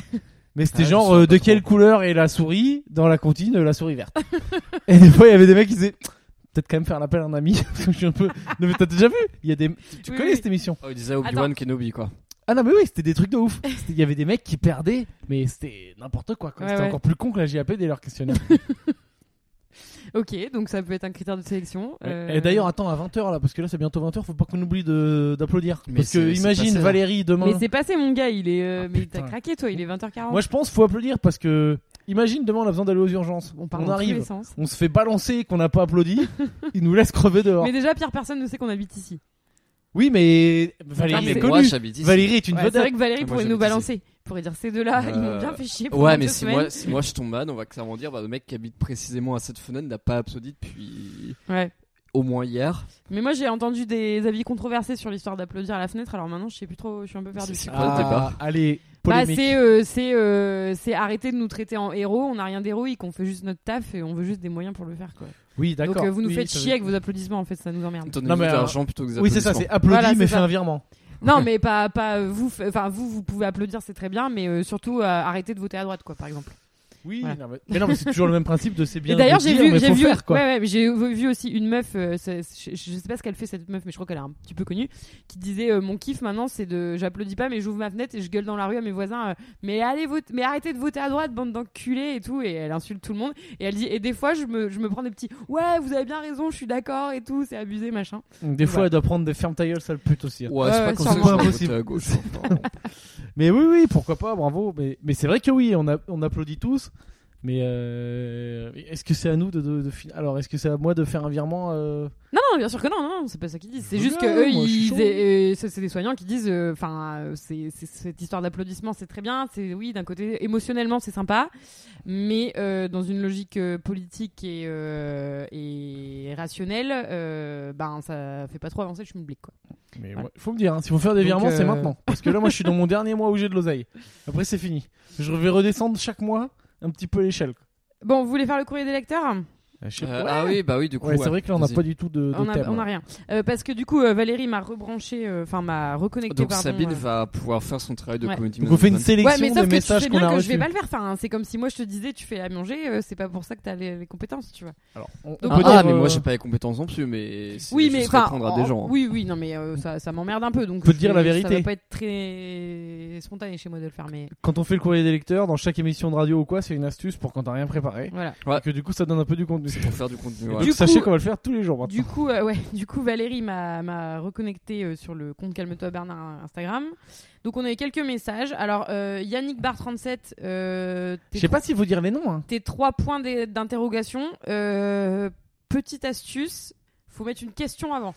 Speaker 2: mais c'était
Speaker 3: Ah, je
Speaker 2: genre
Speaker 3: saurais
Speaker 2: euh,
Speaker 3: pas
Speaker 2: de
Speaker 3: trop.
Speaker 2: quelle couleur est la souris dans la comptine, euh, la souris verte. Et des fois, il y avait des mecs qui disaient peut-être quand même faire l'appel à un ami. parce que je suis un peu. Non, mais t'as déjà vu Il y a des. Tu
Speaker 1: Oui,
Speaker 2: connais
Speaker 1: oui.
Speaker 2: cette émission
Speaker 3: Oh, il disait Obi-Wan Kenobi quoi.
Speaker 2: Ah non, mais oui, c'était des trucs de ouf. C'était- Il y avait des mecs qui perdaient, mais c'était n'importe quoi. quoi.
Speaker 1: Ouais,
Speaker 2: c'était
Speaker 1: ouais.
Speaker 2: encore plus con que la JAP dès leur questionnaire.
Speaker 1: Ok, donc ça peut être un critère de sélection. euh,
Speaker 2: Et d'ailleurs, attends, à 20h là, parce que là c'est bientôt 20h, faut pas qu'on oublie de- d'applaudir.
Speaker 3: Mais
Speaker 2: Parce que
Speaker 3: c'est- c'est
Speaker 2: imagine
Speaker 3: passé, là.
Speaker 2: Valérie demain.
Speaker 1: Mais c'est passé, mon gars. Il est. euh,
Speaker 2: Ah,
Speaker 1: mais t'as
Speaker 2: putain.
Speaker 1: craqué, toi. Il est 20h40.
Speaker 2: Moi je pense faut applaudir parce que imagine demain on a besoin d'aller aux urgences.
Speaker 1: on parle dans tous les
Speaker 2: arrive,
Speaker 1: sens.
Speaker 2: on se fait balancer qu'on n'a pas applaudi, ils nous laissent crever dehors.
Speaker 1: Mais déjà, Pierre, personne ne sait qu'on habite ici.
Speaker 2: Oui, mais
Speaker 1: Ah,
Speaker 2: Valérie
Speaker 1: mais
Speaker 2: est
Speaker 1: c'est-
Speaker 3: moi
Speaker 2: connue.
Speaker 3: j'habite ici.
Speaker 2: Valérie est une
Speaker 1: Ouais, c'est vrai
Speaker 2: vedette.
Speaker 1: que Valérie
Speaker 3: Ah, Moi,
Speaker 1: pourrait
Speaker 3: j'habite
Speaker 1: nous
Speaker 3: ici.
Speaker 1: balancer. Pourrait dire ces deux-là, ils m'ont
Speaker 3: Euh,
Speaker 1: bien fait chier. pendant
Speaker 3: Ouais, mais
Speaker 1: deux
Speaker 3: si moi,
Speaker 1: semaines.
Speaker 3: si moi je tombe mal, on va clairement dire bah, le mec qui habite précisément à cette fenêtre n'a pas applaudi depuis
Speaker 1: Ouais.
Speaker 3: au moins hier.
Speaker 1: Mais moi j'ai entendu des avis controversés sur l'histoire d'applaudir à la fenêtre, alors maintenant je sais plus trop, je suis un peu perdu.
Speaker 3: C'est- c'est quoi le débat
Speaker 2: Ah, allez,
Speaker 1: Bah,
Speaker 2: polémique.
Speaker 1: c'est euh, c'est euh, c'est arrêter de nous traiter en héros, on n'a rien d'héroïque, on fait juste notre taf et on veut juste des moyens pour le faire quoi.
Speaker 2: oui,
Speaker 1: Donc
Speaker 2: d'accord.
Speaker 1: euh, vous nous
Speaker 2: Oui,
Speaker 1: faites
Speaker 2: ça
Speaker 1: chier
Speaker 2: veut-
Speaker 1: avec vos applaudissements en fait, ça nous emmerde.
Speaker 3: Donnez
Speaker 2: Non, mais,
Speaker 3: de
Speaker 2: euh,
Speaker 3: l'argent plutôt que des
Speaker 2: Oui, c'est ça, c'est
Speaker 3: applaudissements.
Speaker 2: applaudi
Speaker 1: Voilà,
Speaker 2: mais
Speaker 1: c'est
Speaker 2: fais
Speaker 1: ça.
Speaker 2: un virement.
Speaker 1: Non mais pas pas euh, vous f- enfin vous vous pouvez applaudir, c'est très bien mais euh, surtout euh, arrêtez de voter à droite quoi par exemple.
Speaker 2: Oui,
Speaker 1: Voilà.
Speaker 2: non, mais... mais non, mais c'est toujours le même principe de c'est bien.
Speaker 1: Et d'ailleurs,
Speaker 2: de
Speaker 1: j'ai
Speaker 2: dire,
Speaker 1: vu
Speaker 2: mais
Speaker 1: j'ai
Speaker 2: faut
Speaker 1: vu
Speaker 2: faire, quoi.
Speaker 1: ouais, ouais, mais j'ai vu aussi une meuf euh, c'est- je, je sais pas ce qu'elle fait cette meuf mais je crois qu'elle est un petit peu connue qui disait euh, mon kiff maintenant c'est de j'applaudis pas mais j'ouvre ma fenêtre et je gueule dans la rue à mes voisins euh, mais allez vote- mais arrêtez de voter à droite bande d'enculés et tout et elle insulte tout le monde et elle dit et des fois je me, je me prends des petits ouais vous avez bien raison je suis d'accord et tout c'est abusé machin.
Speaker 2: Des fois,
Speaker 1: Ouais.
Speaker 2: elle doit prendre des fermes ta gueule, sale pute aussi. hein.
Speaker 3: Ouais, c'est
Speaker 1: Ouais,
Speaker 3: pas
Speaker 1: ouais,
Speaker 3: comme
Speaker 1: c'est
Speaker 3: ça que je
Speaker 2: pas
Speaker 3: vais
Speaker 2: impossible.
Speaker 3: voter à gauche. enfin.
Speaker 2: Mais oui, oui, pourquoi pas, bravo. Mais, mais c'est vrai que oui, on, a, on applaudit tous. Mais euh, est-ce que c'est à nous de, de, de fin- Alors, est-ce que c'est à moi de faire un virement euh,
Speaker 1: Non non bien sûr que non non, non, c'est pas ça qu'ils disent, c'est
Speaker 2: Je
Speaker 1: juste que
Speaker 2: veux
Speaker 1: eux
Speaker 2: bien, moi, je suis
Speaker 1: ils
Speaker 2: chaud.
Speaker 1: euh, c'est c'est des soignants qui disent euh, enfin euh, c'est c'est- cette histoire d'applaudissement c'est très bien, c'est oui d'un côté émotionnellement c'est sympa mais euh, dans une logique euh, politique et, euh, et rationnelle, euh, ben ça fait pas trop avancer le schmilblick quoi.
Speaker 2: mais
Speaker 1: Voilà.
Speaker 2: ouais, Faut me dire, hein, s'il faut faire des
Speaker 1: Donc,
Speaker 2: virements, c'est
Speaker 1: euh,
Speaker 2: maintenant. Parce que là, moi, je suis dans mon dernier mois où j'ai de l'oseille. Après, c'est fini. Je vais redescendre chaque mois un petit peu l'échelle. quoi.
Speaker 1: Bon, vous voulez faire le courrier des lecteurs
Speaker 2: Euh, je sais
Speaker 3: Euh,
Speaker 2: pas.
Speaker 3: Ah oui, bah oui, du coup.
Speaker 2: Ouais, c'est vrai que là, on n'a
Speaker 3: vas-y.
Speaker 2: pas du tout de, de
Speaker 1: On a,
Speaker 2: thème.
Speaker 1: on a rien. Euh, parce que du coup, euh, Valérie m'a rebranché, euh, enfin m'a reconnecté.
Speaker 3: Donc
Speaker 1: pardon,
Speaker 3: Sabine
Speaker 1: euh.
Speaker 3: va pouvoir faire son travail de
Speaker 1: Ouais.
Speaker 3: community
Speaker 2: Donc, on fait une
Speaker 3: management.
Speaker 1: Ouais,
Speaker 2: sélection
Speaker 1: mais sauf
Speaker 2: des
Speaker 1: que tu sais
Speaker 2: messages qu'on
Speaker 1: bien
Speaker 2: a
Speaker 1: que je vais
Speaker 2: reçus.
Speaker 1: pas le faire. Enfin, c'est comme si moi je te disais tu fais à manger, euh, c'est pas pour ça que t'as les, les compétences, tu vois.
Speaker 2: Alors, on-
Speaker 1: Donc,
Speaker 2: on peut
Speaker 3: Ah,
Speaker 2: dire,
Speaker 3: mais moi
Speaker 2: euh,
Speaker 3: j'ai pas les compétences non plus, mais c'est
Speaker 1: oui,
Speaker 3: juste
Speaker 1: mais enfin,
Speaker 3: répondre à des
Speaker 1: en-
Speaker 3: gens. hein.
Speaker 1: Oui, oui, non, mais euh, ça, ça m'emmerde un peu. Donc,
Speaker 2: Faut te
Speaker 1: je
Speaker 2: dire
Speaker 1: vais-
Speaker 2: la
Speaker 1: Ça
Speaker 2: vérité.
Speaker 1: va pas être très spontané chez moi de le faire, mais
Speaker 2: Quand on fait le courrier des lecteurs, dans chaque émission de radio ou quoi, c'est une astuce pour quand t'as rien préparé.
Speaker 1: voilà.
Speaker 3: Ouais.
Speaker 2: Et que du coup, ça donne un peu du contenu.
Speaker 3: C'est pour faire du
Speaker 2: Et
Speaker 3: contenu. ouais.
Speaker 2: donc,
Speaker 1: Du
Speaker 2: sachez
Speaker 1: coup-
Speaker 2: qu'on va le faire tous les jours maintenant.
Speaker 1: Du coup, euh, ouais, du coup, Valérie m'a m'a reconnecté euh, sur le compte Calme-toi Bernard Instagram. Donc, on a eu quelques messages. Alors, euh, Yannick Bar 37, euh,
Speaker 2: Je
Speaker 1: tes
Speaker 2: sais pas s'il faut dire les noms. Hein.
Speaker 1: tes trois points d'é- d'interrogation. Euh, petite astuce, faut mettre une question avant.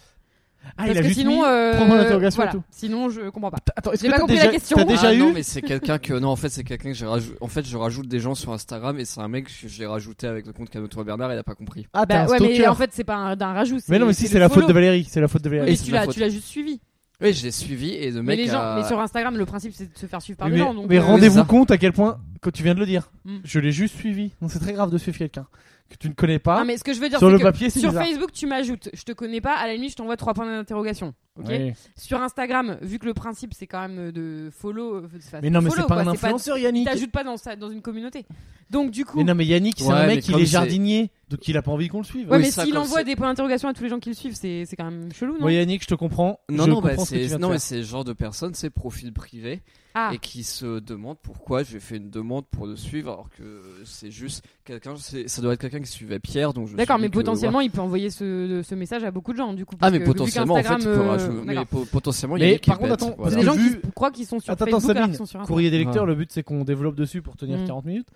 Speaker 2: Ah,
Speaker 1: parce que sinon, euh,
Speaker 2: trois points d'interrogation
Speaker 1: voilà.
Speaker 2: et tout.
Speaker 1: Sinon, je comprends pas.
Speaker 2: Attends, est-ce
Speaker 1: J'ai
Speaker 2: que
Speaker 1: pas
Speaker 2: t'as
Speaker 1: compris
Speaker 2: déjà,
Speaker 1: la question.
Speaker 2: t'as
Speaker 1: Ah,
Speaker 2: déjà eu
Speaker 3: non, mais c'est quelqu'un que non en fait c'est quelqu'un que j'ai rajout- en fait je rajoute des gens sur Instagram et c'est un mec que j'ai rajouté avec le compte Calme-toi Bernard il a pas compris.
Speaker 2: Ah, t'es
Speaker 1: Bah
Speaker 2: un
Speaker 1: ouais, mais
Speaker 2: stalker.
Speaker 1: en fait, c'est pas un, d'un rajout.
Speaker 2: mais non, mais si,
Speaker 1: le
Speaker 2: c'est la faute
Speaker 1: follow.
Speaker 2: de Valérie. C'est la faute de
Speaker 1: Oui,
Speaker 2: Valérie.
Speaker 1: mais
Speaker 3: c'est
Speaker 1: tu
Speaker 3: ma
Speaker 1: l'as,
Speaker 3: faute.
Speaker 1: tu l'as juste suivi.
Speaker 3: Oui je l'ai suivi et le
Speaker 1: Mais
Speaker 3: mec
Speaker 1: les gens,
Speaker 3: a-
Speaker 1: mais sur Instagram, le principe c'est de se faire suivre par
Speaker 2: Oui,
Speaker 1: des
Speaker 2: mais
Speaker 1: gens. donc,
Speaker 2: mais
Speaker 1: euh,
Speaker 3: rendez-
Speaker 2: rendez-vous
Speaker 3: ça.
Speaker 2: compte à quel point quand tu viens de le dire.
Speaker 1: Mm.
Speaker 2: Je l'ai juste suivi. Donc c'est très grave de suivre quelqu'un que tu ne connais pas.
Speaker 1: Non, mais ce que je veux dire,
Speaker 2: Sur
Speaker 1: c'est
Speaker 2: le
Speaker 1: que
Speaker 2: papier, c'est
Speaker 1: sur
Speaker 2: bizarre.
Speaker 1: Facebook, tu m'ajoutes. Je te connais pas. À la limite, je t'envoie trois points d'interrogation. Ok.
Speaker 2: Oui.
Speaker 1: Sur Instagram, vu que le principe, c'est quand même de follow. euh, enfin,
Speaker 2: Mais non, mais
Speaker 1: follow,
Speaker 2: c'est pas
Speaker 1: quoi,
Speaker 2: un influenceur, Yannick.
Speaker 1: T'ajoutes pas dans, sa- dans une communauté. Donc, du coup.
Speaker 2: Mais non, mais Yannick, c'est
Speaker 3: Ouais,
Speaker 2: un
Speaker 3: mais
Speaker 2: mec, il
Speaker 3: comme
Speaker 2: est
Speaker 3: c'est-
Speaker 2: jardinier. Donc il a pas envie qu'on le suive.
Speaker 1: Ouais,
Speaker 3: Oui,
Speaker 1: mais
Speaker 3: ça,
Speaker 1: s'il
Speaker 3: comme
Speaker 1: envoie
Speaker 3: c'est-
Speaker 1: des points d'interrogation à tous les gens qui le suivent, c'est c'est quand même chelou, non
Speaker 2: Moi, Yannick, je te comprends.
Speaker 3: Non,
Speaker 2: je
Speaker 3: non, bah,
Speaker 2: comprends ce que
Speaker 3: c'est-
Speaker 2: tu viens de
Speaker 3: non, mais
Speaker 2: faire.
Speaker 3: c'est le genre de personne, c'est profil privé,
Speaker 1: Ah,
Speaker 3: et qui se demande pourquoi j'ai fait une demande pour le suivre, alors que c'est juste quelqu'un, c'est- ça doit être quelqu'un qui suivait Pierre, donc je
Speaker 1: d'accord,
Speaker 3: suis
Speaker 1: mais
Speaker 3: dit que-
Speaker 1: potentiellement, il peut envoyer ce, ce message à beaucoup de gens, du coup.
Speaker 3: Ah,
Speaker 1: parce
Speaker 3: mais
Speaker 1: que vu
Speaker 3: potentiellement, en fait, il
Speaker 1: qu'Instagram,
Speaker 3: peut
Speaker 1: euh,
Speaker 3: rajouter- mais
Speaker 1: d'accord.
Speaker 3: po- potentiellement, il y
Speaker 2: Mais
Speaker 3: a des
Speaker 2: par
Speaker 3: qui
Speaker 2: contre,
Speaker 3: est bête,
Speaker 2: attends,
Speaker 1: Parce
Speaker 3: voilà.
Speaker 1: que des gens
Speaker 2: vu-
Speaker 1: qui croient qu'ils sont sur
Speaker 2: Attends, attends,
Speaker 1: Facebook alors
Speaker 2: Sabine,
Speaker 1: qu'ils sont sur Instagram.
Speaker 2: courrier des lecteurs,
Speaker 3: Ouais.
Speaker 2: le but c'est qu'on développe dessus pour tenir
Speaker 1: Mm.
Speaker 2: 40 minutes.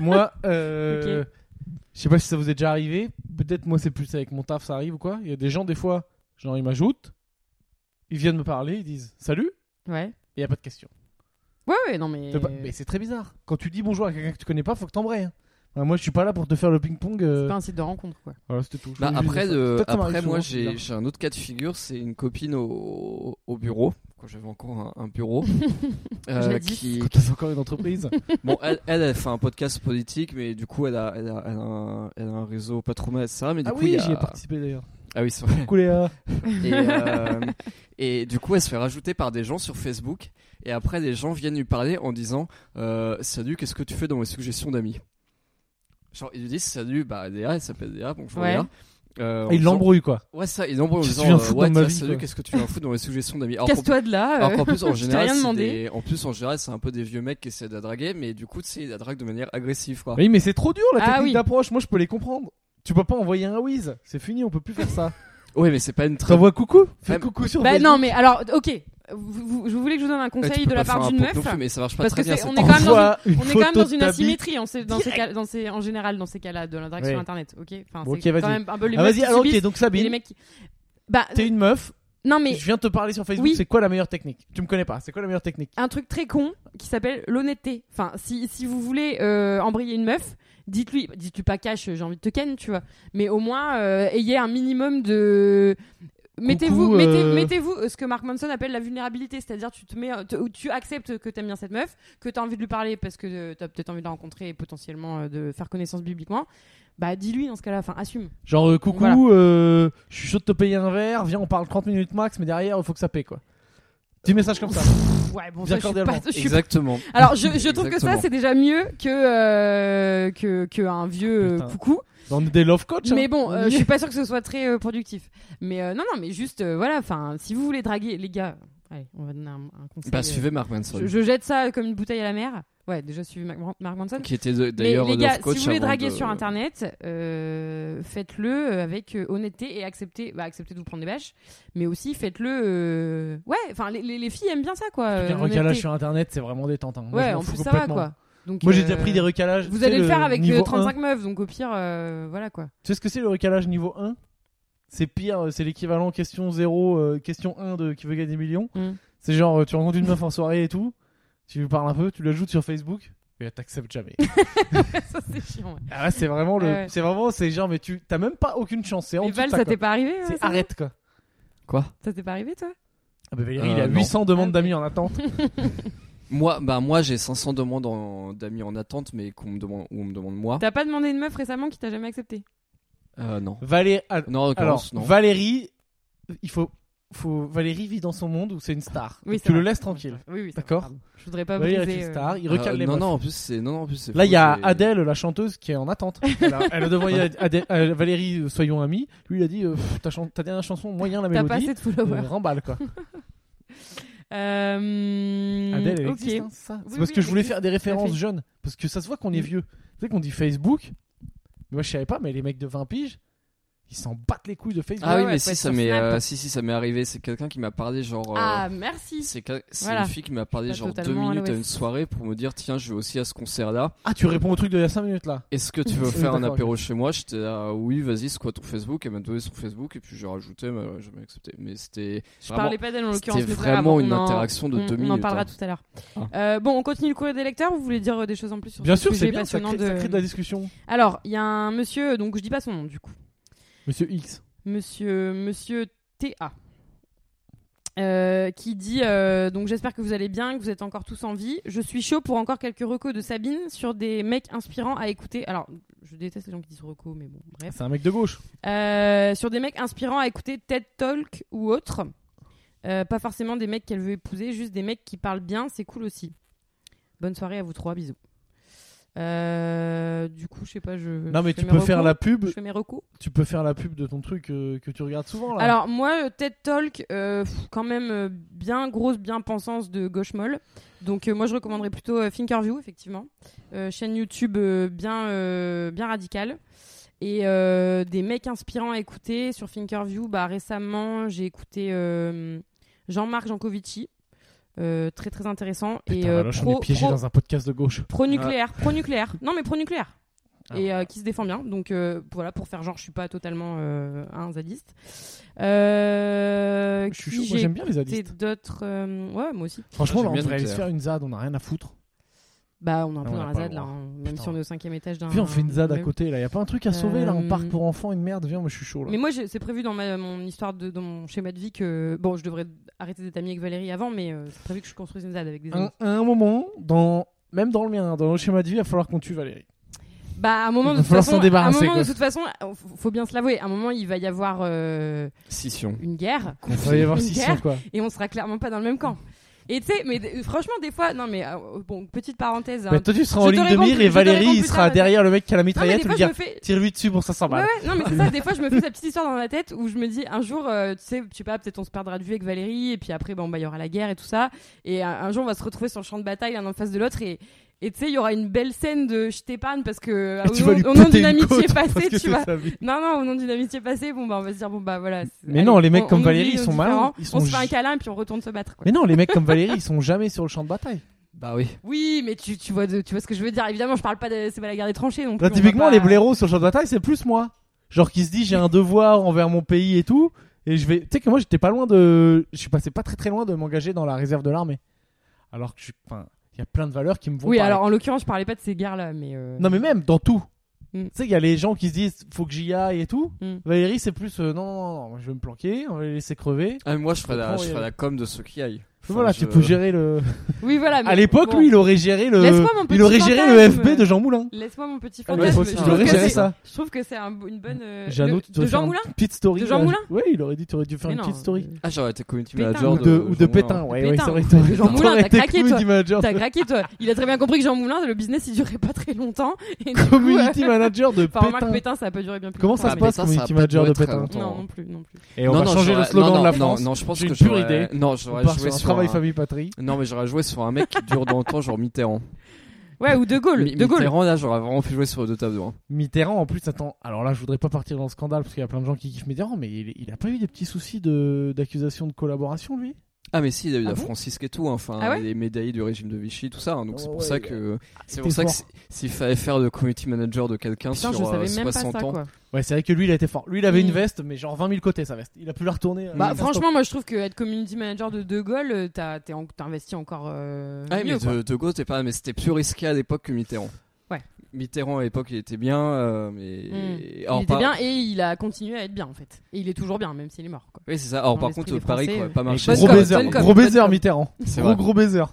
Speaker 2: moi, euh, je sais pas si ça vous est déjà arrivé, peut-être moi c'est plus avec mon taf, ça arrive ou quoi. Il y a des gens, des fois, genre ils m'ajoutent, ils viennent me parler, ils disent salut,
Speaker 1: Ouais.
Speaker 2: et il n'y a pas de question.
Speaker 1: Ouais, ouais, non, mais.
Speaker 2: T'as pas- Mais c'est très bizarre. Quand tu dis bonjour à quelqu'un que tu connais pas, faut que t'embrayes. hein. Enfin, moi je suis pas là pour te faire le ping-pong. euh,
Speaker 1: C'est pas un site de rencontre, quoi.
Speaker 2: Voilà, c'était tout. Je
Speaker 3: Bah,
Speaker 2: voulais juste
Speaker 3: après,
Speaker 2: dire ça.
Speaker 3: euh,
Speaker 2: Peut-être ça m'arrive
Speaker 3: après moi,
Speaker 2: souvent, c'est
Speaker 3: j'ai
Speaker 2: bizarre.
Speaker 3: j'ai un autre cas de figure, c'est une copine au, au bureau, quand j'avais encore un, un bureau, euh,
Speaker 1: Jadis.
Speaker 3: qui,
Speaker 2: Quand t'as encore une entreprise.
Speaker 3: Bon, elle, elle, elle fait un podcast politique, mais du coup, elle a, elle a, elle a un, elle a un réseau pas trop mal à ça. Mais du
Speaker 2: ah
Speaker 3: coup, il
Speaker 2: oui,
Speaker 3: y a...
Speaker 2: j'y ai participé d'ailleurs.
Speaker 3: Ah oui, c'est vrai.
Speaker 2: Coucou Léa.
Speaker 3: Et, euh, et du coup, elle se fait rajouter par des gens sur Facebook. Et après, les gens viennent lui parler en disant euh, Salut, qu'est-ce que tu fais dans mes suggestions d'amis Genre, ils lui disent Salut, bah, Léa, elle s'appelle Léa, bonjour
Speaker 1: Ouais.
Speaker 3: Léa. Euh, en
Speaker 2: Et il
Speaker 3: disant-
Speaker 2: l'embrouille quoi.
Speaker 3: Ouais, ça, il l'embrouille en
Speaker 2: Qu'est-ce que
Speaker 3: disant
Speaker 2: tu viens
Speaker 3: euh,
Speaker 2: foutre
Speaker 3: Ouais,
Speaker 2: dans ma
Speaker 3: tiens,
Speaker 2: vie,
Speaker 3: salut,
Speaker 2: quoi.
Speaker 3: qu'est-ce que tu viens foutre dans mes suggestions d'amis Alors qu'en
Speaker 1: Casse-toi de là. euh.
Speaker 3: alors qu'en plus,
Speaker 1: je
Speaker 3: en
Speaker 1: t'ai
Speaker 3: général,
Speaker 1: rien
Speaker 3: c'est
Speaker 1: demandé.
Speaker 3: des- en plus, en général, c'est un peu des vieux mecs qui essaient de la draguer, mais du coup, tu sais, ils la draguent de manière agressive, quoi.
Speaker 2: Oui, mais c'est trop dur la
Speaker 1: Ah
Speaker 2: technique
Speaker 1: oui.
Speaker 2: d'approche. Moi, je peux les comprendre. Tu peux pas envoyer un whiz. C'est fini, on peut plus faire ça.
Speaker 3: Ouais, mais c'est pas une très.
Speaker 2: T'envoies coucou Fais
Speaker 3: Ouais,
Speaker 2: coucou sur
Speaker 1: Bah
Speaker 2: Facebook.
Speaker 1: non, mais alors, ok. Vous, vous- je voulais que je vous donne un
Speaker 3: Ouais, Eh, tu
Speaker 1: conseil
Speaker 3: peux
Speaker 1: de la
Speaker 3: pas
Speaker 1: part
Speaker 3: faire un
Speaker 1: d'une
Speaker 3: pote
Speaker 1: meuf.
Speaker 3: non plus, mais ça marche pas
Speaker 1: parce
Speaker 3: très
Speaker 1: que
Speaker 3: bien.
Speaker 1: c'est-
Speaker 3: cette
Speaker 1: on est quand même dans
Speaker 2: Envoie
Speaker 3: approche.
Speaker 1: On
Speaker 2: une
Speaker 1: est
Speaker 2: photo
Speaker 1: quand même dans
Speaker 2: de
Speaker 1: une
Speaker 2: ta
Speaker 1: asymétrie en, ces- dans ces cas- dans ces- en général dans ces cas-là de la drague sur
Speaker 2: Ouais.
Speaker 1: internet, ok Enfin,
Speaker 2: Bon,
Speaker 1: c'est
Speaker 2: ok, vas-y.
Speaker 1: quand même un peu les
Speaker 2: bite. Ah,
Speaker 1: meufs
Speaker 2: vas-y,
Speaker 1: qui
Speaker 2: alors ok,
Speaker 1: subissent
Speaker 2: donc
Speaker 1: et les
Speaker 2: Sabine,
Speaker 1: mecs qui... Bah,
Speaker 2: t'es une meuf,
Speaker 1: non mais
Speaker 2: je viens te parler sur Facebook,
Speaker 1: Oui.
Speaker 2: c'est quoi la meilleure technique Tu me connais pas, c'est quoi la meilleure technique
Speaker 1: un truc très con qui s'appelle l'honnêteté. Enfin, si, si vous voulez euh, embrayer une meuf, dites-lui, dites-lui pas cash, j'ai envie de te ken, tu vois. Mais au moins, euh, ayez un minimum de. Mettez-vous,
Speaker 2: Coucou,
Speaker 1: mettez,
Speaker 2: euh.
Speaker 1: mettez-vous euh, ce que Mark Manson appelle la vulnérabilité, c'est-à-dire tu te mets, euh, te- tu acceptes que t'aimes bien cette meuf, que t'as envie de lui parler parce que euh, t'as peut-être envie de la rencontrer et potentiellement euh, de faire connaissance bibliquement. Bah dis-lui dans ce cas-là, enfin assume.
Speaker 2: Genre, euh, coucou,
Speaker 1: Voilà.
Speaker 2: euh, je suis chaud de te payer un verre, viens, on parle 30 minutes max, mais derrière, il faut que ça paie quoi. Petit message comme ça.
Speaker 1: Ouais, bon,
Speaker 2: Bien
Speaker 1: ça, je suis
Speaker 2: cordialement.
Speaker 1: pas- je suis pas-
Speaker 3: Exactement.
Speaker 1: Alors je, je trouve que ça
Speaker 3: Exactement.
Speaker 1: c'est déjà mieux que euh, que qu'un vieux euh,
Speaker 2: Putain.
Speaker 1: coucou.
Speaker 2: Dans des love coach hein.
Speaker 1: Mais bon, euh,
Speaker 2: On
Speaker 1: je
Speaker 2: y est.
Speaker 1: suis pas sûr que ce soit très euh, productif. Mais euh, non, non, mais juste, euh, voilà, enfin, si vous voulez draguer, les gars, allez, on va donner un, un conseil. euh,
Speaker 3: Bah, suivez Mark Manson.
Speaker 1: je, je jette ça comme une bouteille à la mer. Ouais, déjà suivez Mark Mark Manson.
Speaker 3: Qui était de-
Speaker 1: Mais
Speaker 3: d'ailleurs
Speaker 1: les gars,
Speaker 3: Love Coach
Speaker 1: si vous voulez
Speaker 3: avant
Speaker 1: draguer
Speaker 3: de-
Speaker 1: sur internet, euh, faites-le euh, avec euh, honnêteté et acceptez, bah, acceptez de vous prendre des bâches, mais aussi faites-le. euh, Ouais, enfin, les, les- les filles aiment bien ça, quoi. euh,
Speaker 2: Les
Speaker 1: l'honnêteté.
Speaker 2: recalages sur internet, c'est vraiment détente. hein. Moi, je
Speaker 1: ouais,
Speaker 2: m'en
Speaker 1: en
Speaker 2: fous
Speaker 1: plus ça va,
Speaker 2: complètement.
Speaker 1: quoi. Donc,
Speaker 2: Moi, j'ai
Speaker 1: euh,
Speaker 2: déjà pris des recalages. tu
Speaker 1: Vous
Speaker 2: sais,
Speaker 1: allez le faire avec euh,
Speaker 2: niveau
Speaker 1: 35 meufs, donc au pire, euh, voilà quoi.
Speaker 2: Tu sais ce que c'est le recalage niveau 1 C'est pire, euh, c'est l'équivalent question 0, euh, question 1 de qui veut gagner des millions.
Speaker 1: Mm.
Speaker 2: C'est genre, euh, tu rencontres une meuf en soirée et tout, tu lui parles un peu, tu l'ajoutes sur Facebook, et elle t'accepte jamais.
Speaker 1: ça c'est chiant. ouais.
Speaker 2: ah ouais, c'est vraiment le.
Speaker 1: Ah ouais.
Speaker 2: C'est vraiment, c'est genre, mais tu t'as même pas aucune chance. C'est en
Speaker 1: Mais
Speaker 2: dessous
Speaker 1: Val,
Speaker 2: de ça,
Speaker 1: ça
Speaker 2: quoi.
Speaker 1: t'est pas arrivé ouais,
Speaker 2: C'est
Speaker 1: ça
Speaker 2: arrête quoi.
Speaker 3: Quoi
Speaker 1: Ça t'est pas arrivé, toi
Speaker 2: Ah bah Valérie,
Speaker 3: Euh,
Speaker 2: il a
Speaker 3: non.
Speaker 2: 800
Speaker 1: Ah,
Speaker 2: demandes
Speaker 1: ok.
Speaker 2: d'amis en attente.
Speaker 3: Moi, bah, moi, j'ai 500 demandes en- d'amis en attente, mais qu'on me demande, où on me demande moi.
Speaker 1: T'as pas demandé une meuf récemment qui t'a jamais accepté
Speaker 3: Euh, non.
Speaker 2: Valé- ah,
Speaker 3: Non, en
Speaker 2: Alors,
Speaker 3: l'occurrence, non.
Speaker 2: Valérie, il faut, faut. Valérie vit dans son monde où c'est une star.
Speaker 1: Oui,
Speaker 2: Donc
Speaker 1: c'est
Speaker 2: tu le
Speaker 1: vrai.
Speaker 2: laisses tranquille.
Speaker 1: Oui, oui. ça va,
Speaker 2: D'accord.
Speaker 1: pardon. Je voudrais pas
Speaker 2: Valérie
Speaker 1: briser,
Speaker 2: est une
Speaker 1: euh,
Speaker 2: star, il
Speaker 3: Euh,
Speaker 2: recale les
Speaker 3: non,
Speaker 2: meufs.
Speaker 3: non, en plus, c'est. Non, non, en plus, c'est
Speaker 2: Là,
Speaker 3: faux,
Speaker 2: il y a
Speaker 3: j'ai-
Speaker 2: Adèle, la chanteuse, qui est en attente. Elle a, elle a demandé à- à Adèle- à Valérie, euh, soyons amis. Lui, il a dit, euh, pff, ta, chan- ta dernière chanson, moyen la
Speaker 1: T'as pas
Speaker 2: mélodie.
Speaker 1: assez de
Speaker 2: Euh,
Speaker 1: followers.
Speaker 2: remballe, quoi.
Speaker 1: Euh,
Speaker 2: Adèle, elle
Speaker 1: ok.
Speaker 2: existe, hein, c'est ça.
Speaker 1: Oui,
Speaker 2: C'est parce
Speaker 1: oui,
Speaker 2: que je
Speaker 1: elle
Speaker 2: voulais
Speaker 1: existe,
Speaker 2: faire des
Speaker 1: tout à fait.
Speaker 2: références
Speaker 1: Mm.
Speaker 2: jeunes. Parce que ça se voit qu'on est vieux. Tu sais qu'on dit Facebook. Moi, je savais pas, mais les mecs de 20 piges, ils s'en battent les couilles de Facebook.
Speaker 3: Ah
Speaker 1: Ouais,
Speaker 3: oui,
Speaker 1: ouais,
Speaker 3: mais
Speaker 1: faut
Speaker 3: si
Speaker 1: être
Speaker 3: ça
Speaker 1: sur
Speaker 3: m'est,
Speaker 1: Snap.
Speaker 3: euh, si, si, ça m'est arrivé. C'est quelqu'un qui m'a parlé, genre. euh,
Speaker 1: Ah, merci.
Speaker 3: C'est quel- c'est
Speaker 1: Voilà.
Speaker 3: une fille qui m'a parlé
Speaker 1: Je suis pas
Speaker 3: genre deux
Speaker 1: totalement à
Speaker 3: minutes à
Speaker 1: l'ouest.
Speaker 3: une soirée pour me dire tiens je vais aussi à ce concert là
Speaker 2: Ah, tu réponds au truc de il y a 5 minutes, là.
Speaker 3: Est-ce que tu
Speaker 2: Oui,
Speaker 3: veux faire un
Speaker 2: d'accord,
Speaker 3: apéro chez moi J'étais là, oui, vas-y, c'est quoi ton Facebook Elle m'a donné son Facebook et puis j'ai rajouté, mais elle a jamais accepté. Mais c'était
Speaker 1: Je
Speaker 3: vraiment-
Speaker 1: parlais pas d'elle en l'occurrence.
Speaker 3: c'était
Speaker 1: mais c'est pas grave,
Speaker 3: vraiment
Speaker 1: on
Speaker 3: une
Speaker 1: en-
Speaker 3: interaction de
Speaker 1: on-
Speaker 3: deux
Speaker 1: On en
Speaker 3: minutes,
Speaker 1: parlera
Speaker 3: hein.
Speaker 1: tout à l'heure. Euh, bon, on continue le courrier des lecteurs. Vous voulez dire euh, des choses en plus sur
Speaker 2: Ah. Bien
Speaker 1: ce
Speaker 2: sûr,
Speaker 1: sujet
Speaker 2: c'est bien, ça
Speaker 1: passionnant
Speaker 2: crée, ça
Speaker 1: de-
Speaker 2: crée de la discussion.
Speaker 1: Alors, il y a un monsieur, donc je dis pas son nom du coup.
Speaker 2: Monsieur X.
Speaker 1: Monsieur, monsieur TA. euh, qui dit euh, donc j'espère que vous allez bien, que vous êtes encore tous en vie. Je suis chaud pour encore quelques recos de Sabine sur des mecs inspirants à écouter. Alors je déteste les gens qui disent recos, mais bon bref.
Speaker 2: C'est un mec de gauche.
Speaker 1: Euh, sur des mecs inspirants à écouter TED Talk ou autre. Euh, pas forcément des mecs qu'elle veut épouser, juste des mecs qui parlent bien, c'est cool aussi. Bonne soirée à vous trois, bisous. Euh, du coup, je sais pas, je.
Speaker 2: Non, mais
Speaker 1: je fais
Speaker 2: tu
Speaker 1: mes
Speaker 2: peux faire
Speaker 1: recos.
Speaker 2: la pub.
Speaker 1: Je fais mes recours.
Speaker 2: Tu peux faire la pub de ton truc euh, que tu regardes souvent là.
Speaker 1: Alors moi, euh, TED Talk, euh, pff, quand même euh, bien grosse bien pensance de gauche molle. Donc euh, moi, je recommanderais plutôt euh, Thinkerview, effectivement, Euh, chaîne YouTube euh, bien euh, bien radicale. Et euh, des mecs inspirants à écouter sur Thinkerview. Bah récemment, j'ai écouté euh, Jean-Marc Jancovici, euh, très très intéressant et
Speaker 2: Putain,
Speaker 1: euh,
Speaker 2: Valoche, on
Speaker 1: pro-
Speaker 2: est piégé
Speaker 1: pro-
Speaker 2: dans un Ah. podcast de gauche.
Speaker 1: pro-nucléaire, pro-nucléaire. Non mais pro-nucléaire
Speaker 2: Ah,
Speaker 1: et euh, qui se défend bien. Donc euh, voilà, pour faire genre, je suis pas totalement euh, un zadiste. Euh,
Speaker 2: je suis
Speaker 1: qui
Speaker 2: chaud, moi
Speaker 1: j'ai
Speaker 2: j'aime bien les
Speaker 1: écouté
Speaker 2: zadistes.
Speaker 1: d'autres. euh, ouais, moi aussi.
Speaker 2: Franchement,
Speaker 3: J'aime
Speaker 2: là, on
Speaker 3: bien
Speaker 2: devrait aller se
Speaker 3: Nucléaire.
Speaker 2: faire une zad, on a rien à foutre.
Speaker 1: Bah, on est un
Speaker 2: Ah,
Speaker 1: peu
Speaker 2: on
Speaker 1: dans
Speaker 2: a
Speaker 1: la
Speaker 2: pas le
Speaker 1: zad là,
Speaker 2: droit.
Speaker 1: hein, même
Speaker 2: Putain.
Speaker 1: si on est au cinquième étage d'un.
Speaker 2: Viens, on fait une zad à
Speaker 1: Ah, mais-
Speaker 2: côté là, y a pas un truc à sauver là, on
Speaker 1: Euh,
Speaker 2: part pour enfants, une merde, viens, moi je suis chaud là.
Speaker 1: Mais moi, j'ai- c'est prévu dans ma, mon histoire, de, dans mon schéma de vie que. Bon, je devrais arrêter d'être amie avec Valérie avant, mais euh, c'est prévu que je construise une zad avec des amis.
Speaker 2: Un, à un moment, dans... même dans le mien, dans le schéma de vie, il va falloir qu'on tue Valérie.
Speaker 1: Bah, à un moment, de
Speaker 2: Il va
Speaker 1: toute
Speaker 2: falloir s'en
Speaker 1: façon, à un
Speaker 2: débarrasser,
Speaker 1: moment
Speaker 2: quoi.
Speaker 1: de toute façon, faut- faut bien se l'avouer, à un moment, il va y avoir euh,
Speaker 3: Scission.
Speaker 1: une guerre.
Speaker 2: Il va y avoir
Speaker 1: Une
Speaker 2: 600
Speaker 1: guerre.
Speaker 2: quoi.
Speaker 1: et on sera clairement pas dans le même camp. Et tu sais, mais d- euh, franchement, des fois, non, mais euh, bon, petite parenthèse. hein.
Speaker 2: Bah, toi tu seras
Speaker 1: Je
Speaker 2: en
Speaker 1: te
Speaker 2: ligne de
Speaker 1: réponds
Speaker 2: mire
Speaker 1: plus-
Speaker 2: et
Speaker 1: je te
Speaker 2: Valérie
Speaker 1: réponds
Speaker 2: il
Speaker 1: plus
Speaker 2: sera
Speaker 1: tard, vas-y.
Speaker 2: derrière le mec qui a la
Speaker 1: non, mais
Speaker 2: mitraillette,
Speaker 1: des
Speaker 2: tu lui
Speaker 1: fois, je
Speaker 2: dire
Speaker 1: me fais.
Speaker 2: tire-lui dessus pour 500
Speaker 1: Ouais,
Speaker 2: balles.
Speaker 1: ouais, non, mais c'est ça, des fois, je me fais cette petite histoire dans la tête où je me dis, un jour, euh, tu sais, tu sais pas, peut-être on se perdra de vue avec Valérie, et puis après, bon, bah, il y aura la guerre et tout ça. Et un, un jour, on va se retrouver sur le champ de bataille, l'un en face de l'autre, et. Et tu sais, il y aura une belle scène de je t'épargne parce que
Speaker 2: Et tu
Speaker 1: au,
Speaker 2: vas
Speaker 1: nom-
Speaker 2: lui
Speaker 1: au nom
Speaker 2: péter
Speaker 1: d'une
Speaker 2: une
Speaker 1: amitié
Speaker 2: côte parce
Speaker 1: passée,
Speaker 2: que
Speaker 1: tu
Speaker 2: c'est
Speaker 1: vas.
Speaker 2: sa vie.
Speaker 1: Non, non, au nom d'une amitié passée, bon, bah, on va se dire, bon, bah voilà. c'est-
Speaker 2: Mais non, les mecs
Speaker 1: on-
Speaker 2: comme
Speaker 1: on
Speaker 2: Valérie,
Speaker 1: oublie
Speaker 2: ils
Speaker 1: nos
Speaker 2: sont malins,
Speaker 1: différends,
Speaker 2: ils
Speaker 1: On
Speaker 2: sont
Speaker 1: se fait un
Speaker 2: ju-
Speaker 1: câlin et puis on retourne se battre. Quoi.
Speaker 2: Mais non, les mecs comme Valérie, ils sont jamais sur le champ de bataille.
Speaker 3: Bah oui.
Speaker 1: Oui, mais tu, tu, vois de- tu vois ce que je veux dire. Évidemment, je parle pas de. C'est pas la guerre des tranchées non plus.
Speaker 2: Là,
Speaker 1: on va
Speaker 2: Bah, typiquement,
Speaker 1: pas-
Speaker 2: les blaireaux sur le champ de bataille, c'est plus moi. Genre qui se dit, j'ai un devoir envers mon pays et tout. Et je vais. Tu sais que moi, j'étais pas loin de. Je suis passé pas très très loin de m'engager dans la réserve de l'armée. Alors que je suis. Enfin, il y a plein de valeurs qui me vont.
Speaker 1: Oui,
Speaker 2: pareil.
Speaker 1: alors en l'occurrence, je parlais pas de ces guerres-là, mais. euh,
Speaker 2: Non, mais même dans tout.
Speaker 1: Mm.
Speaker 2: Tu sais, il y a les gens qui se disent, faut que j'y aille et tout.
Speaker 1: Mm.
Speaker 2: Valérie, c'est plus, euh, non, non, non, non, je vais me planquer, on va les laisser crever.
Speaker 3: Ah, mais moi, je ferais la,
Speaker 2: comprends,
Speaker 3: je
Speaker 2: oui,
Speaker 3: ferais
Speaker 2: oui.
Speaker 3: la com de ceux qui aillent. Enfin,
Speaker 2: voilà,
Speaker 3: je-
Speaker 2: tu peux gérer le.
Speaker 1: Oui, voilà. Ah, mais
Speaker 2: À l'époque,
Speaker 1: bon.
Speaker 2: lui, il aurait géré le.
Speaker 1: Laisse-moi mon petit euh,
Speaker 2: Il aurait géré le
Speaker 1: fantasme.
Speaker 2: FB de Jean Moulin.
Speaker 1: Laisse-moi mon petit
Speaker 2: Il aurait-
Speaker 1: fantasme.
Speaker 3: je
Speaker 2: il
Speaker 1: trouve
Speaker 2: aurait
Speaker 1: que
Speaker 2: géré
Speaker 1: c'est-
Speaker 2: ça.
Speaker 1: Je trouve que c'est un- une bonne. euh,
Speaker 2: Jeanot,
Speaker 1: le-
Speaker 2: tu dois
Speaker 1: de
Speaker 2: faire
Speaker 1: Jean
Speaker 2: une
Speaker 1: Moulin
Speaker 2: petite story.
Speaker 1: De Jean
Speaker 2: là.
Speaker 1: Moulin
Speaker 2: Oui, il aurait dit, tu aurais dû faire
Speaker 1: Mais
Speaker 2: une
Speaker 1: non,
Speaker 2: petite story.
Speaker 1: euh,
Speaker 3: Ah, j'aurais été community
Speaker 1: Pétain.
Speaker 3: manager
Speaker 2: Ou de, ou de
Speaker 3: Jean Moulin.
Speaker 2: Pétain, ouais,
Speaker 1: Pétain.
Speaker 2: ouais, c'est vrai. t'aurais-
Speaker 1: De Jean Moulin,
Speaker 2: t'aurais
Speaker 1: t'as
Speaker 2: été
Speaker 1: craqué, toi.
Speaker 2: community manager.
Speaker 1: T'as craqué, toi. Il a très bien compris que Jean Moulin, le business, il durait pas très longtemps. Et du coup,
Speaker 2: Community manager de
Speaker 1: euh, Enfin, remarque,
Speaker 2: Pétain.
Speaker 1: Pétain, ça a pas duré bien plus
Speaker 2: Comment
Speaker 1: longtemps,
Speaker 2: ça se
Speaker 3: mais
Speaker 1: mais-
Speaker 2: passe,
Speaker 3: ça, ça
Speaker 2: community
Speaker 3: a pas
Speaker 2: manager
Speaker 3: duré
Speaker 2: de
Speaker 3: très
Speaker 2: Pétain
Speaker 3: longtemps.
Speaker 1: Non, non plus, non plus.
Speaker 2: Et on
Speaker 3: non,
Speaker 2: va
Speaker 3: non,
Speaker 2: changer le
Speaker 3: j'aurais-
Speaker 2: slogan
Speaker 3: non,
Speaker 2: de la
Speaker 3: non,
Speaker 2: France.
Speaker 3: Non, non, je pense
Speaker 2: J'ai
Speaker 3: que
Speaker 2: une pure
Speaker 3: j'aurais-
Speaker 2: idée.
Speaker 3: Non,
Speaker 2: On
Speaker 3: j'aurais
Speaker 2: part
Speaker 3: joué
Speaker 2: sur un
Speaker 3: sur
Speaker 2: travail,
Speaker 3: un...
Speaker 2: famille, patrie.
Speaker 3: Non, mais j'aurais joué sur un mec qui dure dans le temps, genre Mitterrand.
Speaker 1: Ouais, ou De Gaulle.
Speaker 3: Mi-
Speaker 1: De Gaulle.
Speaker 3: Mitterrand, là, j'aurais vraiment fait jouer sur deux tables de un.
Speaker 2: Mitterrand, en plus, attends. Alors là, je voudrais pas partir dans le scandale parce qu'il y a plein de gens qui kiffent Mitterrand, mais il, il a pas eu des petits soucis de d'accusation de collaboration, lui
Speaker 3: Ah, mais si, il y a eu
Speaker 2: Ah
Speaker 3: la
Speaker 2: bon
Speaker 3: Francisque et tout, hein, enfin,
Speaker 1: Ah ouais
Speaker 3: les médaillés du régime de Vichy, tout ça. hein, donc, c'est
Speaker 2: Oh
Speaker 3: pour
Speaker 2: ouais,
Speaker 3: ça
Speaker 2: il a-
Speaker 3: que. C'est
Speaker 2: était
Speaker 3: pour ça que
Speaker 2: fort.
Speaker 3: si- s'il fallait faire de community manager de quelqu'un
Speaker 1: Putain,
Speaker 3: sur
Speaker 1: je
Speaker 3: euh,
Speaker 1: savais même pas
Speaker 3: 60
Speaker 1: ça,
Speaker 3: ans.
Speaker 1: quoi.
Speaker 2: Ouais, c'est vrai que lui, il a été fort. Lui, il avait
Speaker 1: Mm.
Speaker 2: une veste, mais genre 20 000 côtés sa veste. Il a pu la retourner. euh,
Speaker 1: Bah,
Speaker 2: non-stop.
Speaker 1: franchement, moi je trouve que être community manager de De Gaulle, euh, t'as t'es en- t'investis encore euh,
Speaker 3: Ah,
Speaker 1: mieux.
Speaker 3: mais
Speaker 1: quoi.
Speaker 3: de, de Gaulle, c'était pas, mais c'était plus risqué à l'époque que Mitterrand.
Speaker 1: Ouais. Hmm.
Speaker 3: Mitterrand à l'époque, il était bien, euh, mais. alors,
Speaker 1: il était
Speaker 3: par-
Speaker 1: bien et il a continué à être bien en fait. Et il est toujours bien, même s'il est mort. Quoi.
Speaker 3: Oui, c'est ça. Alors,
Speaker 1: Dans
Speaker 3: par
Speaker 1: l'esprit
Speaker 3: contre,
Speaker 1: des
Speaker 3: Paris qui
Speaker 1: Français,
Speaker 3: aurait pas
Speaker 1: euh,
Speaker 3: marché.
Speaker 1: Bonne
Speaker 2: gros
Speaker 1: com,
Speaker 2: baiser,
Speaker 1: bonne com,
Speaker 2: gros
Speaker 1: bonne
Speaker 2: baiser,
Speaker 1: com.
Speaker 2: Mitterrand.
Speaker 3: C'est
Speaker 2: Gros
Speaker 3: vrai.
Speaker 2: gros baiser.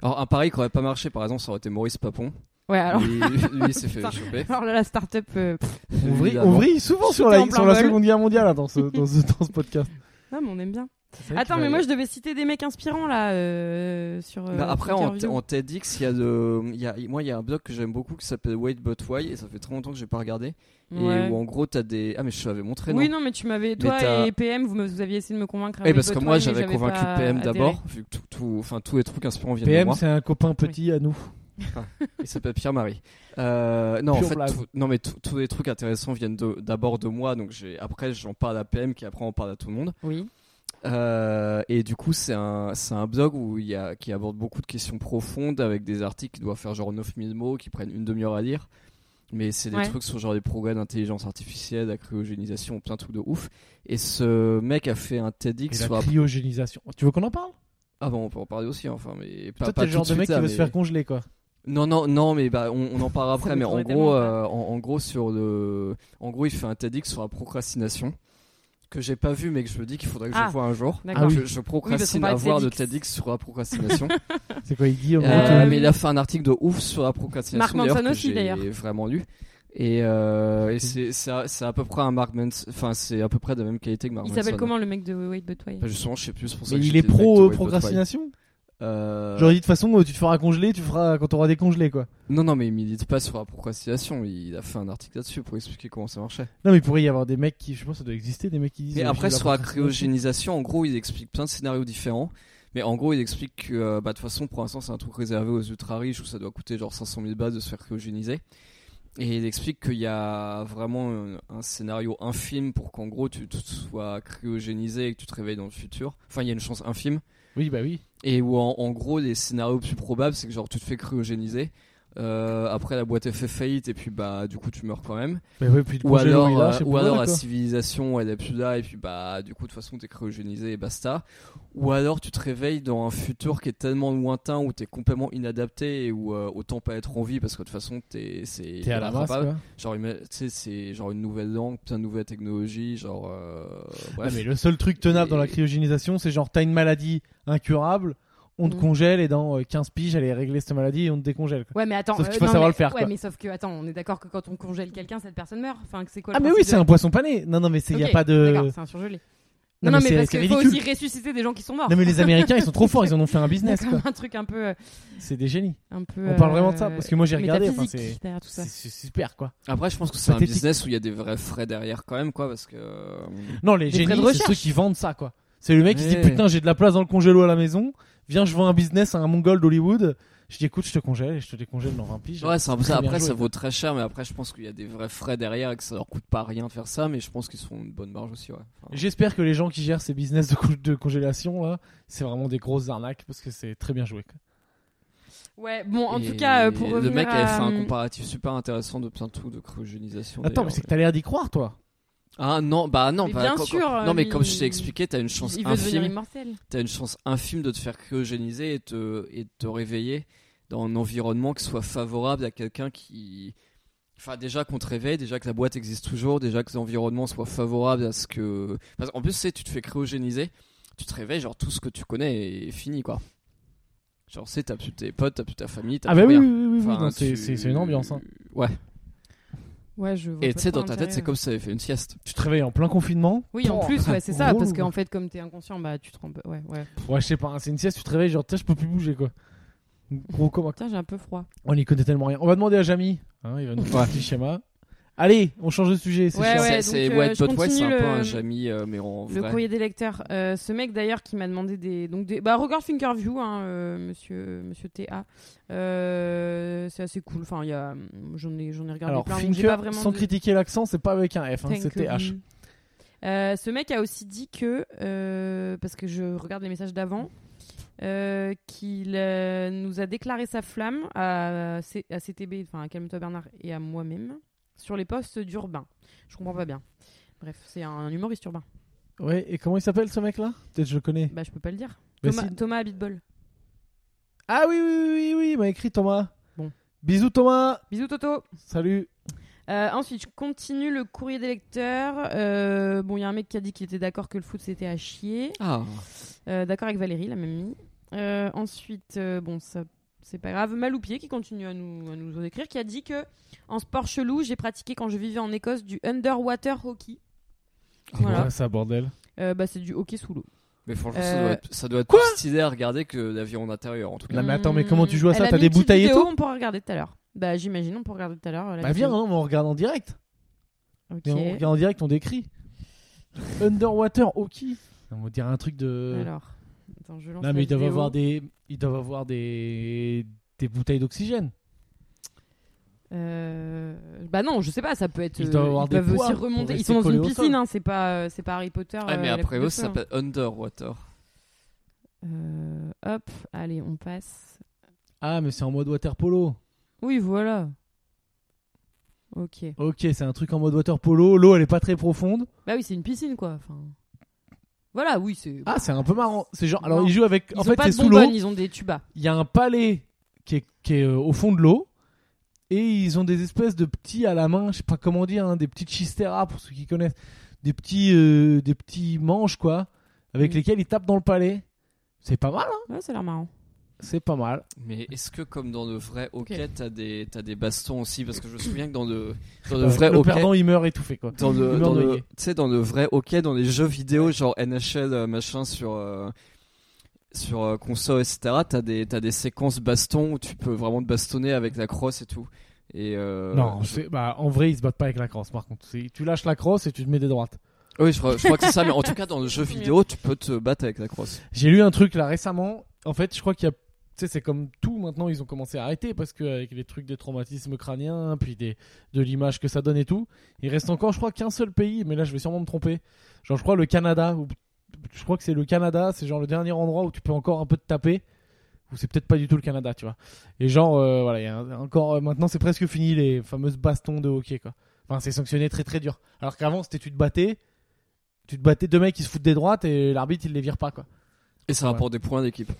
Speaker 3: Alors, un Paris qui aurait pas marché, par exemple, ça aurait été Maurice Papon.
Speaker 1: Ouais, alors,
Speaker 3: Lui, lui, il s'est fait
Speaker 1: Putain.
Speaker 3: choper.
Speaker 1: alors là, la start-up. euh, pff,
Speaker 2: On vrille,
Speaker 3: Évidemment.
Speaker 2: on vrille souvent sur
Speaker 1: J'étais
Speaker 2: la,
Speaker 1: en
Speaker 2: sur
Speaker 1: plein
Speaker 2: la
Speaker 1: vol.
Speaker 2: Seconde Guerre mondiale hein, dans, ce, dans, ce, dans ce podcast.
Speaker 1: non, mais on aime bien. Attends, mais moi je devais citer des mecs inspirants là euh, sur. euh,
Speaker 3: Bah, après, en,
Speaker 1: Thinkerview.
Speaker 3: en TEDx, il y a de, il y a, moi, il y a un blog que j'aime beaucoup qui s'appelle Wait But Why, et ça fait très longtemps que j'ai pas regardé.
Speaker 1: Ouais.
Speaker 3: Et où en gros, t'as des. Ah, mais je te l'avais montré,
Speaker 1: Oui,
Speaker 3: non
Speaker 1: non, mais tu m'avais. Toi
Speaker 3: t'as-
Speaker 1: et PM, vous, me- vous aviez essayé de me convaincre.
Speaker 3: Eh,
Speaker 1: avec
Speaker 3: parce que
Speaker 1: votre
Speaker 3: moi,
Speaker 1: ami,
Speaker 3: j'avais convaincu
Speaker 1: pas
Speaker 3: PM
Speaker 1: adhéré.
Speaker 3: d'abord, vu que tout, tout- enfin, tous les trucs inspirants viennent de
Speaker 2: PM,
Speaker 3: moi.
Speaker 2: c'est un copain petit à nous.
Speaker 3: Il s'appelle Pierre Marie. Euh, non, en
Speaker 2: Pure
Speaker 3: fait,
Speaker 2: blague.
Speaker 3: tout- non, mais tout- tous les trucs intéressants viennent de- d'abord de, moi, donc j'ai- après, j'en parle à PM, qui après, on parle à tout le monde.
Speaker 1: Oui.
Speaker 3: Euh, et du coup, c'est un, c'est un blog où il y a, qui aborde beaucoup de questions profondes avec des articles qui doivent faire genre 9000 mots, qui prennent une demi-heure à lire. Mais c'est des
Speaker 1: Ouais.
Speaker 3: trucs sur genre des progrès d'intelligence artificielle, la cryogénisation, plein de trucs de ouf. Et ce mec a fait un
Speaker 2: Et
Speaker 3: TEDx.
Speaker 2: la
Speaker 3: sur la-
Speaker 2: cryogénisation. Tu veux qu'on en parle
Speaker 3: Ah bon, on peut en parler aussi, enfin, mais pas,
Speaker 2: Toi,
Speaker 3: pas
Speaker 2: t'es le
Speaker 3: tout
Speaker 2: genre de
Speaker 3: suite,
Speaker 2: mec qui
Speaker 3: là,
Speaker 2: veut se
Speaker 3: mais-
Speaker 2: faire congeler, quoi.
Speaker 3: non, non, non, mais bah, on, on en parle après. mais en
Speaker 1: m'étonnerait tellement
Speaker 3: gros,
Speaker 1: pas.
Speaker 3: euh, en, en gros, sur le, en gros, il fait un TEDx sur la procrastination. que j'ai pas vu mais que je me dis qu'il faudrait que
Speaker 1: Ah.
Speaker 3: je vois un jour.
Speaker 1: D'accord.
Speaker 2: oui.
Speaker 3: Je, je procrastine
Speaker 1: qu'on
Speaker 3: à
Speaker 1: parle de
Speaker 3: voir de
Speaker 1: TEDx.
Speaker 3: TEDx sur la procrastination.
Speaker 2: C'est quoi il dit au
Speaker 3: Euh,
Speaker 2: moment où tu l'as
Speaker 1: Euh,
Speaker 2: vu
Speaker 3: mais il a fait un article de ouf sur la procrastination.
Speaker 1: Mark Manson
Speaker 3: d'ailleurs, que
Speaker 1: aussi,
Speaker 3: j'ai
Speaker 1: d'ailleurs.
Speaker 3: Vraiment lu. Et, euh, et
Speaker 2: Ok.
Speaker 3: c'est c'est à, c'est à peu près un Mark Manson. Enfin, c'est à peu près de la même qualité que Mark
Speaker 1: Il
Speaker 3: Manson.
Speaker 1: s'appelle comment le mec de Wait But Why
Speaker 3: Enfin, Justement, je sais plus. c'est Pour ça
Speaker 2: Mais
Speaker 3: que
Speaker 2: il
Speaker 3: j'étais
Speaker 2: est
Speaker 3: direct au
Speaker 2: pro euh,
Speaker 3: Wait But Why.
Speaker 2: procrastination
Speaker 3: Euh,
Speaker 2: J'aurais dit de toute façon, euh, tu te feras congeler, tu feras quand t'auras décongelé quoi.
Speaker 3: Non, non, mais il milite pas sur la procrastination. Il a fait un article là-dessus pour expliquer comment ça marchait.
Speaker 2: Non, mais il pourrait y avoir des mecs qui, je pense, ça doit exister, des mecs qui disent.
Speaker 3: Mais
Speaker 2: euh,
Speaker 3: après,
Speaker 2: je fais de
Speaker 3: sur la
Speaker 2: procrastination.
Speaker 3: cryogénisation, en gros, il explique plein de scénarios différents. Mais en gros, il explique que, euh, bah, de toute façon, pour l'instant, c'est un truc réservé aux ultra riches où ça doit coûter genre 500 000 balles de se faire cryogéniser. Et il explique qu'il y a vraiment un, un scénario infime pour qu'en gros, tu te sois cryogénisé et que tu te réveilles dans le futur. Enfin, il y a une chance infime.
Speaker 2: Oui, bah oui.
Speaker 3: Et où en, en gros, les scénarios plus probables, c'est que genre tu te fais cryogéniser. Euh, après, la boîte elle fait faillite et puis bah du coup, tu meurs quand même.
Speaker 2: Mais ouais, puis le
Speaker 3: Ou
Speaker 2: congélo,
Speaker 3: alors,
Speaker 2: il est là,
Speaker 3: euh,
Speaker 2: je sais
Speaker 3: ou
Speaker 2: pas,
Speaker 3: alors la
Speaker 2: d'accord.
Speaker 3: civilisation, elle est plus là, et puis bah, du coup, de toute façon, t'es cryogénisé et basta. Ou alors, tu te réveilles dans un futur qui est tellement lointain où t'es complètement inadapté et où euh, autant pas être en vie parce que de toute façon, t'es. c'est
Speaker 2: T'es à la masse
Speaker 3: irrattrapable.
Speaker 2: quoi.
Speaker 3: Genre, ima- tu sais, c'est genre une nouvelle langue, plein de nouvelles technologies, genre. euh,
Speaker 2: Ah,
Speaker 3: bref.
Speaker 2: mais le seul truc tenable dans la
Speaker 3: Et-
Speaker 2: cryogénisation, c'est genre t'as une maladie incurable, on te
Speaker 1: Mhm.
Speaker 2: congèle et dans euh, 15 piges, elle est réglée cette maladie et on te décongèle. quoi.
Speaker 1: Ouais, mais attends.
Speaker 2: Sauf qu'il
Speaker 1: euh,
Speaker 2: faut
Speaker 1: non,
Speaker 2: savoir
Speaker 1: mais-
Speaker 2: le faire,
Speaker 1: Ouais,
Speaker 2: quoi.
Speaker 1: mais sauf que attends, on est d'accord que quand on congèle quelqu'un, cette personne meurt. Enfin, c'est quoi le
Speaker 2: Ah mais
Speaker 1: principe
Speaker 2: oui,
Speaker 1: de-
Speaker 2: c'est un poisson pané. Non non mais c'est y a
Speaker 1: Ok,
Speaker 2: pas
Speaker 1: d'accord,
Speaker 2: de
Speaker 1: C'est un surgelé. Non,
Speaker 2: Non, mais
Speaker 1: non,
Speaker 2: c'est-
Speaker 1: mais parce
Speaker 2: c'est
Speaker 1: qu'il faut
Speaker 2: ridicule.
Speaker 1: aussi ressusciter des gens qui sont morts.
Speaker 2: Non mais les Américains, ils sont trop forts, ils en ont fait un
Speaker 1: C'est
Speaker 2: business
Speaker 1: quand
Speaker 2: quoi.
Speaker 1: même un truc un peu,
Speaker 2: C'est des génies.
Speaker 1: un peu.
Speaker 2: On parle vraiment de
Speaker 1: euh,
Speaker 2: ça parce que moi j'ai regardé enfin
Speaker 1: métaphysique
Speaker 2: c'est
Speaker 1: derrière tout ça.
Speaker 2: c'est- c'est super quoi.
Speaker 3: Après, je pense que c'est un
Speaker 2: Pathétique.
Speaker 3: business où il y a des vrais frais derrière quand même, quoi, parce que. euh,
Speaker 2: Non, les
Speaker 1: Des frais
Speaker 2: génies,
Speaker 1: de
Speaker 2: c'est
Speaker 1: recherche.
Speaker 2: ceux qui vendent ça quoi. C'est le mec qui se dit
Speaker 3: Ouais.
Speaker 2: putain, j'ai de la place dans le congélo à la maison, viens je vends un business à un mongol d'Hollywood. Je dis écoute, je te congèle et je te décongèle dans 20 piges.
Speaker 3: Ouais, c'est un peu
Speaker 2: Très
Speaker 3: ça.
Speaker 2: bien
Speaker 3: Après,
Speaker 2: joué,
Speaker 3: ça
Speaker 2: quoi.
Speaker 3: vaut très cher, mais après, je pense qu'il y a des vrais frais derrière et que ça leur coûte pas rien de faire ça, mais je pense qu'ils se font une bonne marge aussi, ouais. Enfin,
Speaker 2: J'espère que les gens qui gèrent ces business de, con- de congélation là, c'est vraiment des grosses arnaques parce que c'est très bien joué. quoi.
Speaker 1: Ouais, bon, en
Speaker 3: et
Speaker 1: tout cas, euh, pour
Speaker 3: Le
Speaker 1: revenir
Speaker 3: mec
Speaker 1: à...
Speaker 3: avait fait un comparatif super intéressant de plein de trucs de cryogénisation.
Speaker 2: Attends,
Speaker 3: d'ailleurs.
Speaker 2: mais c'est que t'as l'air d'y croire toi.
Speaker 3: Ah non, bah non,
Speaker 1: Mais
Speaker 3: bah,
Speaker 1: bien
Speaker 3: quand-
Speaker 1: sûr,
Speaker 3: quand- Non, mais
Speaker 1: lui,
Speaker 3: comme je
Speaker 1: il-
Speaker 3: t'ai expliqué, t'as une chance
Speaker 1: il veut devenir
Speaker 3: infime.
Speaker 1: immortel.
Speaker 3: T'as une chance infime de te faire cryogéniser et te, et de te réveiller dans un environnement qui soit favorable à quelqu'un qui. Enfin, déjà qu'on te réveille, déjà que la boîte existe toujours, déjà que l'environnement soit favorable à ce que. Parce en plus, tu sais, tu te fais cryogéniser, tu te réveilles, genre tout ce que tu connais est fini, quoi. Genre, tu sais, t'as plus tes potes, t'as plus ta famille, t'as
Speaker 2: Ah
Speaker 3: plus
Speaker 2: bah oui, oui,
Speaker 3: rien.
Speaker 2: oui, oui,
Speaker 3: Enfin,
Speaker 2: non, c'est
Speaker 3: tu-
Speaker 2: c'est- c'est une ambiance. hein.
Speaker 3: Ouais.
Speaker 1: Ouais, je vois
Speaker 3: Et
Speaker 1: pas
Speaker 3: tu sais,
Speaker 1: trop
Speaker 3: dans ta tête,
Speaker 1: l'intérêt. hein.
Speaker 3: c'est comme si t'avais fait une sieste.
Speaker 2: Tu te réveilles en plein confinement.
Speaker 1: Oui, en
Speaker 2: Pouah,
Speaker 1: plus, ouais, c'est ça,
Speaker 2: relou,
Speaker 1: parce
Speaker 2: quoi.
Speaker 1: qu'en fait, comme t'es inconscient, bah tu trompes. Ouais, ouais.
Speaker 2: Ouais, je sais pas, hein, c'est une sieste, tu te réveilles, genre, tiens, je peux plus bouger, quoi. Gros, comment
Speaker 1: Putain, j'ai un peu froid.
Speaker 2: On y connaît tellement rien. On va demander à Jamy, hein, il va nous faire un petit schéma. Allez, on change de sujet, c'est
Speaker 1: Ouais,
Speaker 2: chiant.
Speaker 1: ouais.
Speaker 3: C'est- c'est
Speaker 1: donc, euh,
Speaker 3: White
Speaker 1: je
Speaker 3: Bot White, c'est un
Speaker 1: continue
Speaker 3: peu un
Speaker 1: le-
Speaker 3: Jamie, euh, mais en
Speaker 1: Le
Speaker 3: vrai.
Speaker 1: courrier des lecteurs. Euh, ce mec d'ailleurs qui m'a demandé des. Donc des... Bah, regarde Finkerview, hein, euh, monsieur, monsieur TA. Euh, c'est assez cool. Enfin, il y a... j'en ai, j'en ai regardé
Speaker 2: Alors,
Speaker 1: plein. donc j'ai pas
Speaker 2: Finker,
Speaker 1: vraiment
Speaker 2: sans
Speaker 1: de-
Speaker 2: critiquer l'accent, c'est pas avec un F, hein,
Speaker 1: Thank
Speaker 2: c'est
Speaker 1: you.
Speaker 2: TH.
Speaker 1: Euh, ce mec a aussi dit que, euh, parce que je regarde les messages d'avant, euh, qu'il euh, nous a déclaré sa flamme à, C- à CTB, enfin à Calme-toi Bernard et à moi-même, sur les postes d'Urbain. Je comprends pas bien. Bref, c'est un humoriste urbain.
Speaker 2: Ouais, et comment il s'appelle ce mec-là Peut-être je le connais.
Speaker 1: Bah, je peux pas le dire.
Speaker 2: Bah,
Speaker 1: Thomas,
Speaker 2: si.
Speaker 1: Thomas Abitbol.
Speaker 2: Ah oui, oui, oui, oui, oui, il m'a écrit Thomas.
Speaker 1: Bon.
Speaker 2: Bisous Thomas
Speaker 1: Bisous Toto
Speaker 2: Salut
Speaker 1: Euh, ensuite, je continue le courrier des lecteurs. Euh, bon, il y a un mec qui a dit qu'il était d'accord que le foot c'était à chier.
Speaker 3: Ah,
Speaker 1: Euh, D'accord avec Valérie, la même mie. Euh, ensuite, euh, bon, ça, c'est pas grave. Maloupier qui continue à nous, à nous écrire, qui a dit que en sport chelou, j'ai pratiqué quand je vivais en Écosse du underwater hockey.
Speaker 2: Ah,
Speaker 1: Voilà.
Speaker 2: ça, bordel.
Speaker 1: Euh, bah, c'est du hockey sous l'eau.
Speaker 3: mais franchement, ça
Speaker 1: Euh,
Speaker 3: doit être, ça doit être plus stylé à regarder que l'avion d'intérieur, en tout cas.
Speaker 2: Non, mais attends, mais comment tu joues à
Speaker 1: Elle
Speaker 2: ça
Speaker 1: a
Speaker 2: T'as
Speaker 1: mis
Speaker 2: des
Speaker 1: une petite
Speaker 2: bouteilles et
Speaker 1: vidéo,
Speaker 2: tout
Speaker 1: On pourra regarder tout à l'heure. Bah, j'imagine, on pourra regarder tout à l'heure. euh, la
Speaker 2: Bah viens,
Speaker 1: vidéo.
Speaker 2: hein, mais on regarde en direct.
Speaker 1: Ok.
Speaker 2: Et on regarde en direct, on décrit. Underwater hockey. On va dire un truc de.
Speaker 1: Alors, attends, je lance
Speaker 2: euh, non, mais
Speaker 1: la
Speaker 2: ils doivent
Speaker 1: vidéo.
Speaker 2: avoir des, ils doivent avoir des, des bouteilles d'oxygène.
Speaker 1: Euh, Bah non, je sais pas, ça peut être.
Speaker 2: Ils
Speaker 1: euh,
Speaker 2: doivent avoir des
Speaker 1: peuvent
Speaker 2: poids
Speaker 1: aussi
Speaker 2: pour
Speaker 1: remonter. Ils
Speaker 2: rester
Speaker 1: sont dans
Speaker 2: collés
Speaker 1: une
Speaker 2: au
Speaker 1: piscine,
Speaker 2: sol.
Speaker 1: hein, c'est pas, euh, c'est pas Harry Potter.
Speaker 3: Ah, mais
Speaker 1: euh, la
Speaker 3: après
Speaker 1: coupe de
Speaker 3: eux, ça
Speaker 1: feu, hein.
Speaker 3: s'appelle Underwater.
Speaker 1: Euh, hop, allez, on passe.
Speaker 2: Ah, mais c'est en mode water polo.
Speaker 1: Oui, voilà. Ok.
Speaker 2: Ok, c'est un truc en mode water polo. L'eau, elle est pas très profonde.
Speaker 1: Bah oui, c'est une piscine, quoi. Enfin... Voilà, oui, c'est.
Speaker 2: Ah, c'est un peu marrant. C'est genre, alors
Speaker 1: Non.
Speaker 2: ils jouent avec.
Speaker 1: Ils
Speaker 2: en
Speaker 1: ont
Speaker 2: fait,
Speaker 1: pas
Speaker 2: c'est
Speaker 1: de
Speaker 2: sous l'eau.
Speaker 1: bonbonnes, ils ont des tubas.
Speaker 2: Il y a un palais qui est, qui est euh, au fond de l'eau. Et ils ont des espèces de petits à la main, je sais pas comment dire, hein, des petites chisteras pour ceux qui connaissent. des petits, euh, des petits manches, quoi, avec
Speaker 1: Mm.
Speaker 2: lesquels ils tapent dans le palais. C'est pas mal, hein
Speaker 1: Ouais, ça a l'air marrant.
Speaker 2: C'est pas mal.
Speaker 3: Mais est-ce que, comme dans de vrais hockey,
Speaker 1: Ok.
Speaker 3: t'as des, t'as des bastons aussi Parce que je me souviens que dans de, dans de
Speaker 2: Euh,
Speaker 3: vrais
Speaker 2: le
Speaker 3: hockey.
Speaker 2: perdant, il meurt étouffé, quoi.
Speaker 3: Dans
Speaker 2: Il
Speaker 3: de,
Speaker 2: meurt
Speaker 3: dans de-
Speaker 2: Mmh. noyé.
Speaker 3: tu sais, dans de vrais hockey, dans les jeux vidéo, genre NHL, euh, machin, sur. euh, sur euh, console, etc., t'as des, t'as des séquences baston où tu peux vraiment te bastonner avec la crosse et tout. Et euh,
Speaker 2: non,
Speaker 3: je-
Speaker 2: c'est- bah, en vrai, ils se battent pas avec la crosse, par contre. C'est- Tu lâches la crosse et tu te mets des droites.
Speaker 3: Oui, je crois, je crois que c'est ça, mais en tout cas, dans le jeu vidéo, tu peux te battre avec la crosse.
Speaker 2: J'ai lu un truc là récemment. En fait, je crois qu'il y a. Tu sais, c'est comme tout maintenant, ils ont commencé à arrêter parce qu'avec les trucs des traumatismes crâniens, puis des, de l'image que ça donne et tout, il reste encore, je crois, qu'un seul pays, mais là je vais sûrement me tromper. Genre, je crois le Canada, ou je crois que c'est le Canada, c'est genre le dernier endroit où tu peux encore un peu te taper, ou c'est peut-être pas du tout le Canada, tu vois. Et genre, euh, voilà, il y a un- encore. euh, maintenant, c'est presque fini les fameuses bastons de hockey, quoi. Enfin, c'est sanctionné très très dur. Alors qu'avant, c'était tu te battais, tu te battais deux mecs qui se foutent des droites et l'arbitre il les vire pas, quoi.
Speaker 3: Et ça rapporte des points d'équipe.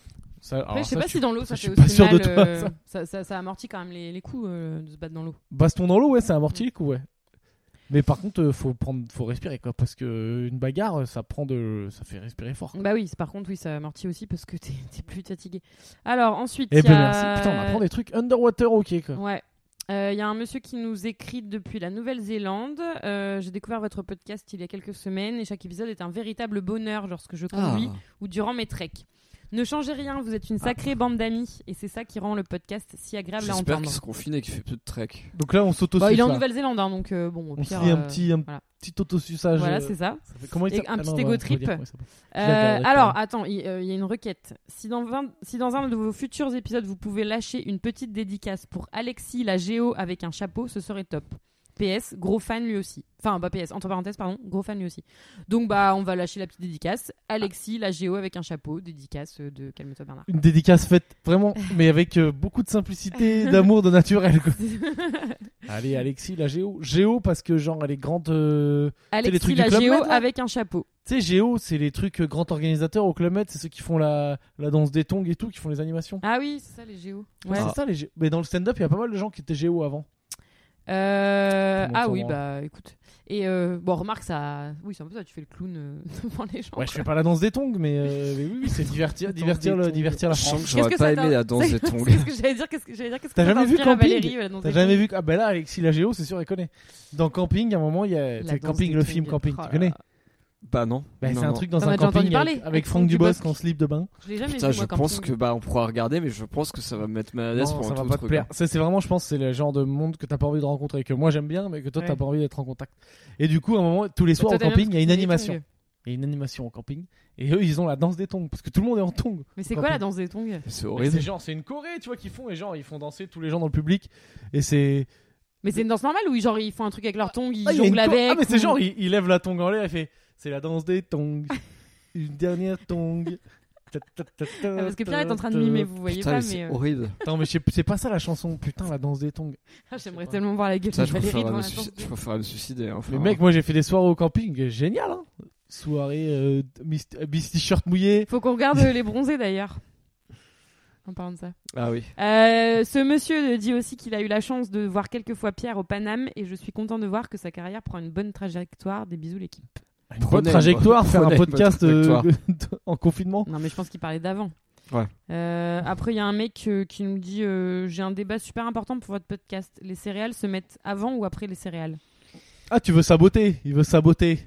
Speaker 2: Ça- alors
Speaker 1: Après, je sais
Speaker 2: Ah, ça,
Speaker 1: pas
Speaker 2: tu-
Speaker 1: si dans l'eau ça
Speaker 2: je
Speaker 1: fait
Speaker 2: suis pas
Speaker 1: aussi
Speaker 2: sûr de
Speaker 1: mal.
Speaker 2: toi,
Speaker 1: euh,
Speaker 2: ça.
Speaker 1: ça, ça, ça amortit quand même les, les coups euh, de se battre dans l'eau.
Speaker 2: Baston dans l'eau, ouais, ça amortit les coups, ouais. Mais par contre, euh, faut prendre, faut respirer quoi, parce que euh, une bagarre, euh, ça prend de, ça fait respirer fort.
Speaker 1: Bah oui, c'est- par contre, oui, ça amortit aussi parce que t'es t'es plus fatigué. Alors ensuite,
Speaker 2: Et
Speaker 1: il y
Speaker 2: ben
Speaker 1: a-
Speaker 2: merci, putain, on apprend des trucs underwater ok quoi.
Speaker 1: Ouais. Euh, Il y a un monsieur qui nous écrit depuis la Nouvelle-Zélande. Euh, J'ai découvert votre podcast il y a quelques semaines et chaque épisode est un véritable bonheur lorsque je
Speaker 2: Ah.
Speaker 1: conduis
Speaker 3: Ah,
Speaker 1: ou durant mes treks. Ne changez rien, vous êtes une sacrée bande d'amis et c'est ça qui rend le podcast si agréable à
Speaker 3: J'espère
Speaker 1: entendre.
Speaker 3: qu'il se confine et qu'il fait plus de trek.
Speaker 2: Donc là, on s'auto
Speaker 1: Bah, il est en Nouvelle-Zélande, hein, donc euh, bon, au
Speaker 2: on se
Speaker 1: pire.
Speaker 2: fait un
Speaker 1: euh,
Speaker 2: petit, un
Speaker 1: voilà.
Speaker 2: petit autosuçage.
Speaker 1: Voilà,
Speaker 2: euh,
Speaker 1: c'est ça.
Speaker 2: ça fait- comment il
Speaker 1: Et
Speaker 2: s'appelle
Speaker 1: un
Speaker 2: Ah
Speaker 1: petit
Speaker 2: non,
Speaker 1: égo
Speaker 2: on va- on va
Speaker 1: trip.
Speaker 2: dire comment il s'appelle. Je la
Speaker 1: Euh,
Speaker 2: garde,
Speaker 1: alors,
Speaker 2: quand
Speaker 1: attends, il euh, il y a une requête. Si dans, 20 si dans un de vos futurs épisodes, vous pouvez lâcher une petite dédicace pour Alexis, la Géo, avec un chapeau, ce serait top. PS, gros fan lui aussi. Enfin, bah PS, entre parenthèses, pardon, gros fan lui aussi. Donc, bah, on va lâcher la petite dédicace. Alexis, la Géo, avec un chapeau, dédicace euh, de Calme-toi Bernard.
Speaker 2: Une dédicace faite vraiment, mais avec euh, beaucoup de simplicité, d'amour, de naturel. quoi. Allez, Alexis, la géo, géo parce que genre elle est grande. euh, les
Speaker 1: Alexis,
Speaker 2: trucs du
Speaker 1: la
Speaker 2: Club
Speaker 1: Géo,
Speaker 2: Med, là
Speaker 1: avec un chapeau.
Speaker 2: Tu sais, Géo, c'est les trucs euh, grands organisateurs au Club Med, c'est ceux qui font la, la danse des tongs et tout, qui font les animations.
Speaker 1: Ah oui, c'est ça, les Géo. Ouais.
Speaker 2: C'est ça, les Gé- Mais dans le stand-up, il y a pas mal de gens qui étaient Géo avant.
Speaker 1: Euh,
Speaker 2: Tout le monde
Speaker 1: ah
Speaker 2: s'en
Speaker 1: oui,
Speaker 2: branle.
Speaker 1: bah, écoute. Et euh, bon, remarque, ça. Oui, c'est un peu ça, tu fais le clown euh, devant les gens.
Speaker 2: Ouais, je fais pas la danse des tongs, mais, euh, mais oui, oui, c'est divertir,
Speaker 1: Danse
Speaker 2: divertir,
Speaker 1: des
Speaker 2: le,
Speaker 1: tongs.
Speaker 2: divertir la
Speaker 3: Je sens
Speaker 2: France.
Speaker 3: que j'aurais
Speaker 1: Qu'est-ce que
Speaker 3: pas
Speaker 1: ça
Speaker 3: aimé
Speaker 1: t'a-
Speaker 3: la danse
Speaker 1: c'est-
Speaker 3: des tongs.
Speaker 1: C'est ce que j'allais dire. Qu'est-ce que j'allais dire Qu'est-ce que
Speaker 2: T'as
Speaker 1: ça
Speaker 2: jamais vu
Speaker 1: t'inspire à
Speaker 2: Camping
Speaker 1: Valérie, la danse
Speaker 2: T'as
Speaker 1: des
Speaker 2: jamais
Speaker 1: tongs
Speaker 2: vu que- Ah bah là, Alexis la Géo, c'est sûr, elle connaît. Dans Camping, à un moment, il y a.
Speaker 1: La
Speaker 2: C'est
Speaker 1: danse
Speaker 2: Camping,
Speaker 1: des
Speaker 2: le
Speaker 1: tongs.
Speaker 2: film Camping,
Speaker 1: Oh
Speaker 2: tu
Speaker 1: là
Speaker 2: connais
Speaker 1: là.
Speaker 3: Bah non.
Speaker 2: Bah,
Speaker 3: Non,
Speaker 2: C'est un
Speaker 3: non.
Speaker 2: truc dans
Speaker 1: T'en
Speaker 2: un
Speaker 1: as déjà
Speaker 2: camping
Speaker 1: entendu parler,
Speaker 2: avec, avec Franck Dubosc en slip de bain.
Speaker 1: Je l'ai jamais
Speaker 3: Putain,
Speaker 1: vu.
Speaker 3: je
Speaker 1: moi,
Speaker 3: pense
Speaker 1: Camping.
Speaker 3: que bah on pourra regarder, mais je pense que ça va me mettre mal à l'aise
Speaker 2: Non,
Speaker 3: pendant
Speaker 2: ça
Speaker 3: tout
Speaker 2: va
Speaker 3: le
Speaker 2: pas te
Speaker 3: truc.
Speaker 2: plaire. Ça, c'est vraiment, je pense, c'est le genre de monde que t'as pas envie de rencontrer, que moi j'aime bien, mais que toi t'as
Speaker 1: Ouais.
Speaker 2: pas envie d'être en contact. Et du coup, à un moment, tous les soirs
Speaker 1: Toi,
Speaker 2: au
Speaker 1: t'as même
Speaker 2: camping, il y a une
Speaker 1: des
Speaker 2: animation.
Speaker 1: tongs.
Speaker 2: Il y a une animation au camping. Et eux, ils ont la danse des tongs. Parce que tout le monde est en tongs.
Speaker 1: Mais c'est
Speaker 2: Camping.
Speaker 1: quoi la danse des tongs
Speaker 3: hein. C'est
Speaker 2: Et C'est
Speaker 3: horrible.
Speaker 2: genre, c'est une Corée, tu vois, qu'ils font. Et genre, ils font danser tous les gens dans le public. Et c'est.
Speaker 1: Mais c'est une danse normale ou ils- genre ils font un truc avec leurs tongs, ils
Speaker 2: Ah, il y a une
Speaker 1: jonglent
Speaker 2: cor-
Speaker 1: avec
Speaker 2: Ah, mais c'est
Speaker 1: ou-
Speaker 2: genre, il, il lève la tongue en l'air et fait C'est la danse des tongs. une dernière tongue. Ta, ta, ta, ta,
Speaker 1: Ah, Parce que Pierre est en train de
Speaker 2: ta.
Speaker 1: mimer, vous voyez
Speaker 3: Putain,
Speaker 1: pas,
Speaker 3: mais
Speaker 1: mais
Speaker 3: c'est
Speaker 1: euh,
Speaker 3: horrible.
Speaker 2: Attends, mais je sais- c'est pas ça la chanson. Putain, la danse des tongs.
Speaker 1: ah, j'aimerais
Speaker 2: pas.
Speaker 1: tellement voir la gueule de
Speaker 3: Ça, je
Speaker 1: Valérie
Speaker 3: préférerais
Speaker 1: devant
Speaker 3: me,
Speaker 1: la
Speaker 3: suic-
Speaker 1: danse.
Speaker 3: je préférerais me suicider. hein,
Speaker 2: Mais
Speaker 3: frère.
Speaker 2: mec, moi j'ai fait des soirées au camping. Génial, hein. Soirée, euh, Miss Miss T-shirt mouillé.
Speaker 1: Faut qu'on regarde euh, les bronzés d'ailleurs. En parlant de ça.
Speaker 3: Ah oui.
Speaker 1: Euh, ce monsieur dit aussi qu'il a eu la chance de voir quelques fois Pierre au Paname et je suis content de voir que sa carrière prend une bonne trajectoire. Des bisous l'équipe.
Speaker 2: Ah, Une bonne
Speaker 3: Prenez-
Speaker 2: trajectoire, faire un
Speaker 3: prenez votre
Speaker 2: podcast euh,
Speaker 3: trajectoire.
Speaker 2: en confinement.
Speaker 1: Non, mais je pense qu'il parlait d'avant.
Speaker 3: Ouais.
Speaker 1: Euh, après, il y a un mec euh, qui nous dit euh, J'ai un débat super important pour votre podcast. Les céréales se mettent avant ou après les céréales
Speaker 2: Ah, tu veux saboter Il veut saboter.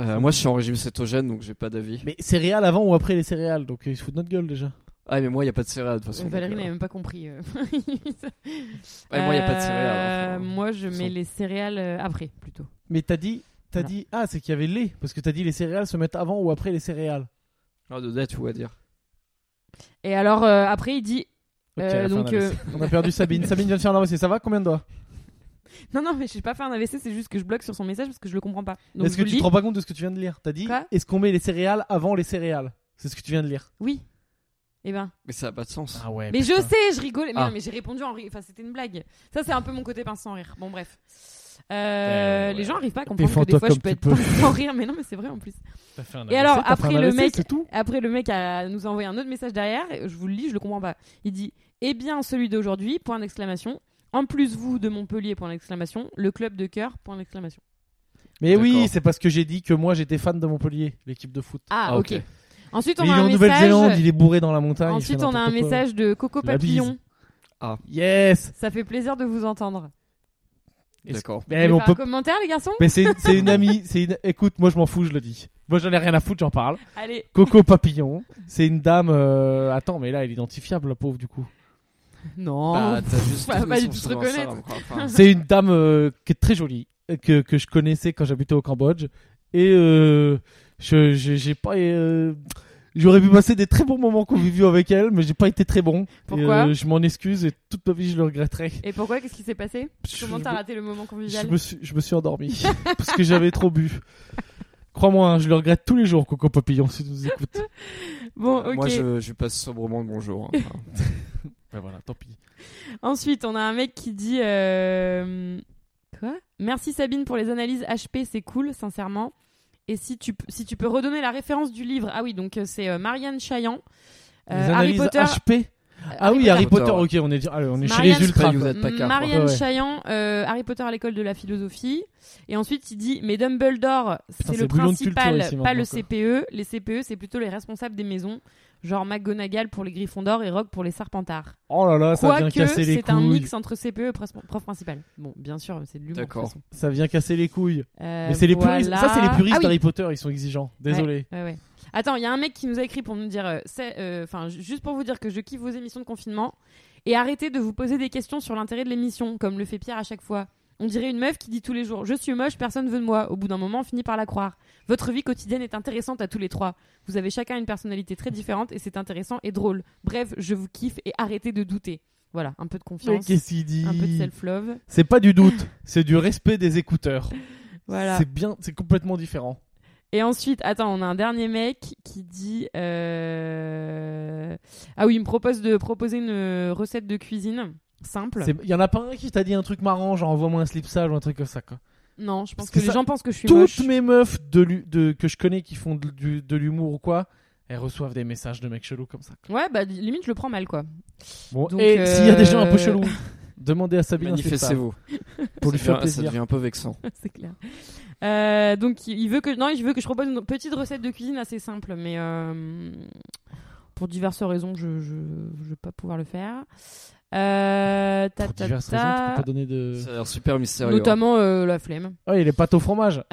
Speaker 3: Euh, moi, je suis en régime cétogène, donc j'ai pas d'avis.
Speaker 2: Mais céréales avant ou après les céréales Donc euh, ils se foutent de notre gueule déjà.
Speaker 3: Ah, mais moi, il y a pas de céréales de toute façon.
Speaker 1: Bah, Valérie
Speaker 3: donc, euh,
Speaker 1: n'a même pas compris. euh.
Speaker 3: ouais, moi, il y a pas de
Speaker 1: Euh,
Speaker 3: céréales. hein, enfin.
Speaker 1: moi, je
Speaker 3: Ils
Speaker 1: mets
Speaker 3: sont-
Speaker 1: les céréales euh, après, plutôt.
Speaker 2: Mais t'as dit, t'as
Speaker 1: Voilà.
Speaker 2: dit, ah c'est qu'il y avait le lait parce que t'as dit les céréales se mettent avant ou après les céréales.
Speaker 3: Ah, de date, ou à dire.
Speaker 1: Et alors, euh, après, il dit
Speaker 2: Ok,
Speaker 1: Euh,
Speaker 2: elle a fait
Speaker 1: donc,
Speaker 2: un AVC. on a perdu Sabine. Sabine vient de faire un AVC. Ça va combien de doigts
Speaker 1: Non, non, mais je n'ai pas fait un AVC, c'est juste que je bloque sur son message parce que je le comprends pas. Donc,
Speaker 2: Est-ce
Speaker 1: je
Speaker 2: que
Speaker 1: vous
Speaker 2: tu
Speaker 1: le
Speaker 2: te
Speaker 1: lis.
Speaker 2: rends pas compte de ce que tu viens de lire T'as dit,
Speaker 1: Quoi
Speaker 2: est-ce qu'on met les céréales avant les céréales C'est ce que tu viens de lire.
Speaker 1: Oui. Eh ben.
Speaker 3: Mais ça a pas de sens.
Speaker 2: Ah ouais.
Speaker 1: Mais je sais, je rigole. Mais
Speaker 3: Ah.
Speaker 1: non, mais j'ai répondu en rire. Enfin, c'était une blague. Ça, c'est un peu mon côté pince sans rire. Bon, bref. Euh,
Speaker 2: ouais.
Speaker 1: Les gens n'arrent pas à comprendre que
Speaker 2: Défends-toi
Speaker 1: des fois je
Speaker 2: comme
Speaker 1: peux
Speaker 2: tu
Speaker 1: être
Speaker 2: peux.
Speaker 1: pince sans rire, mais non, mais c'est vrai en plus. Et alors, après, le mec-
Speaker 2: c'est tout.
Speaker 1: Après, le mec a, nous a envoyé un autre message derrière. et Je vous le lis, je le comprends pas. Il dit Eh bien, celui d'aujourd'hui, point d'exclamation. En plus, vous de Montpellier, point d'exclamation. Le club de cœur, point d'exclamation.
Speaker 2: Mais oui,
Speaker 3: D'accord.
Speaker 2: c'est parce que j'ai dit que moi j'étais fan de Montpellier, l'équipe de foot.
Speaker 1: Ah,
Speaker 3: Ah,
Speaker 1: ok.
Speaker 3: ok.
Speaker 1: Ensuite,
Speaker 2: Mais
Speaker 1: on
Speaker 2: il
Speaker 1: a
Speaker 2: est en
Speaker 1: un
Speaker 2: Nouvelle-Zélande,
Speaker 1: message.
Speaker 2: il est bourré dans la montagne. il
Speaker 1: Ensuite,
Speaker 2: fait
Speaker 1: on a un
Speaker 2: n'importe quoi.
Speaker 1: message de Coco
Speaker 2: La bise.
Speaker 1: Papillon.
Speaker 2: Yes.
Speaker 1: Ça fait plaisir de vous entendre.
Speaker 2: Est-ce-
Speaker 3: D'accord.
Speaker 1: Vous
Speaker 2: Mais,
Speaker 1: voulez
Speaker 2: Eh, on
Speaker 1: faire
Speaker 2: peut-
Speaker 1: un commentaire, les garçons
Speaker 2: mais c'est c'est une amie. C'est une... Écoute, moi je m'en fous, je le dis. Moi j'en ai rien à foutre, j'en parle.
Speaker 1: Allez.
Speaker 2: Coco Papillon, c'est une dame. euh, Attends, mais là elle est identifiable, la pauvre du coup.
Speaker 1: Non.
Speaker 3: Bah, t'as juste
Speaker 1: va
Speaker 3: trouvé
Speaker 1: pas
Speaker 3: son
Speaker 1: du tout se
Speaker 3: pseudo
Speaker 1: reconnaître.
Speaker 3: Instagram, quoi. Enfin,
Speaker 2: C'est une dame euh, qui est très jolie, euh, que, que je connaissais quand j'habitais au Cambodge. Et euh, je, je- j'ai pas. euh, J'aurais pu passer des très bons moments conviviaux avec elle, mais j'ai pas été très bon.
Speaker 1: Pourquoi
Speaker 2: Et, euh, Je m'en excuse et toute ma vie je le regretterai.
Speaker 1: Et pourquoi Qu'est-ce qui s'est passé Comment
Speaker 2: Je-
Speaker 1: t'as raté le moment
Speaker 2: je
Speaker 1: convivial
Speaker 2: me suis, je me suis endormi parce que j'avais trop bu. Crois-moi, hein, je le regrette tous les jours, Coco Papillon, si tu nous écoutes.
Speaker 1: Bon, ok.
Speaker 3: Moi, je, je passe sobrement le bonjour. hein. Enfin,
Speaker 2: Ben voilà, tant pis.
Speaker 1: Ensuite, on a un mec qui dit euh, quoi Merci Sabine pour les analyses HP, c'est cool, sincèrement. Et si tu p- si tu peux redonner la référence du livre, ah oui, donc euh, c'est euh, Marianne Chaillant,
Speaker 2: Les
Speaker 1: euh, Harry
Speaker 2: analyses
Speaker 1: Potter.
Speaker 2: HP. Ah oui, Harry Potter. Ok, on est, di- allez, on est chez
Speaker 1: Marianne
Speaker 2: les ultras.
Speaker 3: Spray,
Speaker 2: quoi.
Speaker 3: vous êtes pas qu'un,
Speaker 1: Marianne
Speaker 2: quoi. Ouais.
Speaker 1: Chaillant, euh, Harry Potter à l'école de la philosophie. Et ensuite, il dit Mais Dumbledore, c'est
Speaker 2: c'est
Speaker 1: le
Speaker 2: bouillon de culture
Speaker 1: principal,
Speaker 2: ici,
Speaker 1: pas
Speaker 2: maintenant,
Speaker 1: le
Speaker 2: quoi.
Speaker 1: CPE. Les CPE, c'est plutôt les responsables des maisons, genre McGonagall pour les Gryffondors et Rogue pour les Serpentards.
Speaker 2: Oh là là, ça vient
Speaker 1: Quoique,
Speaker 2: casser les
Speaker 1: c'est un
Speaker 2: couilles.
Speaker 1: mix entre CPE et prof, prof principal. Bon, bien sûr, c'est de l'humour. de toute
Speaker 3: D'accord.
Speaker 1: façon.
Speaker 2: Ça vient casser les couilles.
Speaker 1: Euh,
Speaker 2: Mais c'est les puristes.
Speaker 1: voilà.
Speaker 2: Ça, c'est les puristes
Speaker 1: Ah oui.
Speaker 2: d'Harry Potter. Ils sont exigeants. Désolé.
Speaker 1: Ouais, ouais. Attends, il y a un mec qui nous a écrit pour nous dire, euh, c'est- euh, enfin, ju- juste pour vous dire que je kiffe vos émissions de confinement et arrêtez de vous poser des questions sur l'intérêt de l'émission, comme le fait Pierre à chaque fois. On dirait une meuf qui dit tous les jours Je suis moche, personne veut de moi. Au bout d'un moment, on finit par la croire. Votre vie quotidienne est intéressante à tous les trois. Vous avez chacun une personnalité très différente et c'est intéressant et drôle. Bref, je vous kiffe et arrêtez de douter. Voilà, un peu de
Speaker 2: Mais
Speaker 1: confiance,
Speaker 2: qu'est-ce qu'il dit
Speaker 1: un peu de self-love.
Speaker 2: C'est pas du doute. c'est du respect des écouteurs.
Speaker 1: Voilà.
Speaker 2: C'est bien. C'est complètement différent.
Speaker 1: Et ensuite, attends, on a un dernier mec qui dit. euh, Ah oui, il me propose de proposer une recette de cuisine simple.
Speaker 2: C'est- Il y en a pas un qui t'a dit un truc marrant, genre envoie-moi un slip sale ou un truc comme ça. Quoi.
Speaker 1: Non, je pense
Speaker 2: Parce
Speaker 1: que,
Speaker 2: que
Speaker 1: les
Speaker 2: ça-
Speaker 1: gens pensent que je suis
Speaker 2: Toutes
Speaker 1: moche.
Speaker 2: mes meufs de, l'hu- de- que je connais qui font de, du- de l'humour ou quoi, elles reçoivent des messages de mecs chelous comme ça. quoi.
Speaker 1: Ouais, bah limite, je le prends mal, quoi.
Speaker 2: Bon,
Speaker 1: Donc,
Speaker 2: et
Speaker 1: euh,
Speaker 2: s'il y a des gens un peu chelous, demandez à Sabine un slip sale
Speaker 3: Manifestez-vous.
Speaker 2: pour lui
Speaker 3: Ça
Speaker 2: faire
Speaker 3: devient- Ça
Speaker 2: plaisir.
Speaker 3: devient un peu vexant.
Speaker 1: C'est clair. Euh, donc, il veut que non, il veut que je propose une petite recette de cuisine assez simple, mais euh, pour diverses raisons, je je, je vais pas pouvoir le faire. Euh, ta,
Speaker 2: Pour
Speaker 1: ta,
Speaker 2: diverses
Speaker 1: ta.
Speaker 2: raisons, tu peux pas donner de.
Speaker 3: Ça a l'air super mystérieux.
Speaker 1: Euh. Notamment euh, la flemme.
Speaker 2: Ah, il est pâte au fromage.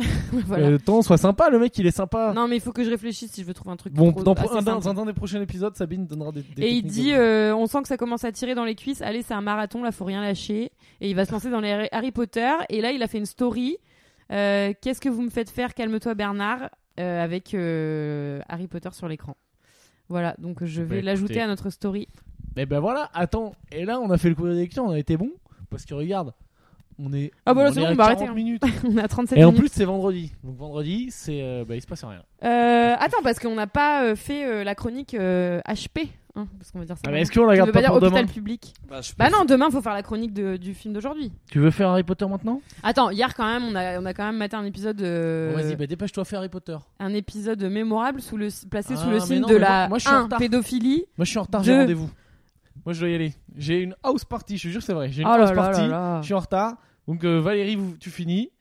Speaker 1: Voilà.
Speaker 2: Euh, Attends, sois sympa, le mec, il est sympa.
Speaker 1: Non, mais il faut que je réfléchisse si je veux trouver un truc.
Speaker 2: Euh, Bon,
Speaker 1: trop-
Speaker 2: dans,
Speaker 1: assez
Speaker 2: un,
Speaker 1: simple.
Speaker 2: dans un des prochains épisodes, Sabine donnera des. des
Speaker 1: Et il
Speaker 2: techniques
Speaker 1: dit,
Speaker 2: de-
Speaker 1: euh, on sent que ça commence à tirer dans les cuisses. Allez, c'est un marathon, là, faut rien lâcher. Et il va se lancer dans les Harry- Harry Potter. Et là, il a fait une story. Euh, Qu'est-ce que vous me faites faire Calme-toi, Bernard, Euh, avec euh, Harry Potter sur l'écran. Voilà, donc je
Speaker 2: Bah,
Speaker 1: vais l'ajouter
Speaker 2: écoutez.
Speaker 1: à notre story.
Speaker 2: Eh ben voilà, attends. Et là, on a fait le courrier des clients, on a été bon. Parce que regarde, on est.
Speaker 1: Ah bah là,
Speaker 2: on
Speaker 1: c'est
Speaker 2: est
Speaker 1: bon,
Speaker 2: à
Speaker 1: on va arrêter,
Speaker 2: 40
Speaker 1: hein.
Speaker 2: minutes.
Speaker 1: on a 37
Speaker 2: Et en
Speaker 1: minutes.
Speaker 2: plus, c'est vendredi. Donc vendredi, c'est. euh, bah, il se passe rien.
Speaker 1: Euh, attends, parce qu'on n'a pas euh, fait euh, la chronique euh, HP. hein, parce qu'on va dire ça.
Speaker 2: Ah,
Speaker 1: maintenant.
Speaker 2: mais est-ce qu'on la
Speaker 1: Tu
Speaker 2: garde
Speaker 1: veux pas
Speaker 2: pas
Speaker 1: dire
Speaker 2: pour demain
Speaker 1: hôpital public
Speaker 3: Bah, je peux-
Speaker 1: Bah non, demain, faut faire la chronique de- du film d'aujourd'hui.
Speaker 2: Tu veux faire Harry Potter maintenant
Speaker 1: Attends, hier quand même, on a, on a quand même maté un épisode, euh,
Speaker 2: Bon, Vas-y, bah, dépêche-toi, fais Harry Potter.
Speaker 1: un épisode mémorable sous le, placé sous
Speaker 2: Ah,
Speaker 1: le
Speaker 2: mais
Speaker 1: signe
Speaker 2: non,
Speaker 1: de
Speaker 2: mais moi-
Speaker 1: la
Speaker 2: moi, je suis en
Speaker 1: 1,
Speaker 2: retard.
Speaker 1: pédophilie.
Speaker 2: Moi, je suis en retard, j'ai
Speaker 1: Deux.
Speaker 2: rendez-vous. Moi, je dois y aller. J'ai une house party, je te jure, c'est vrai. J'ai une
Speaker 1: Oh
Speaker 2: house
Speaker 1: là là
Speaker 2: party.
Speaker 1: là là.
Speaker 2: Je suis en retard. Donc, euh, Valérie, vous, tu finis.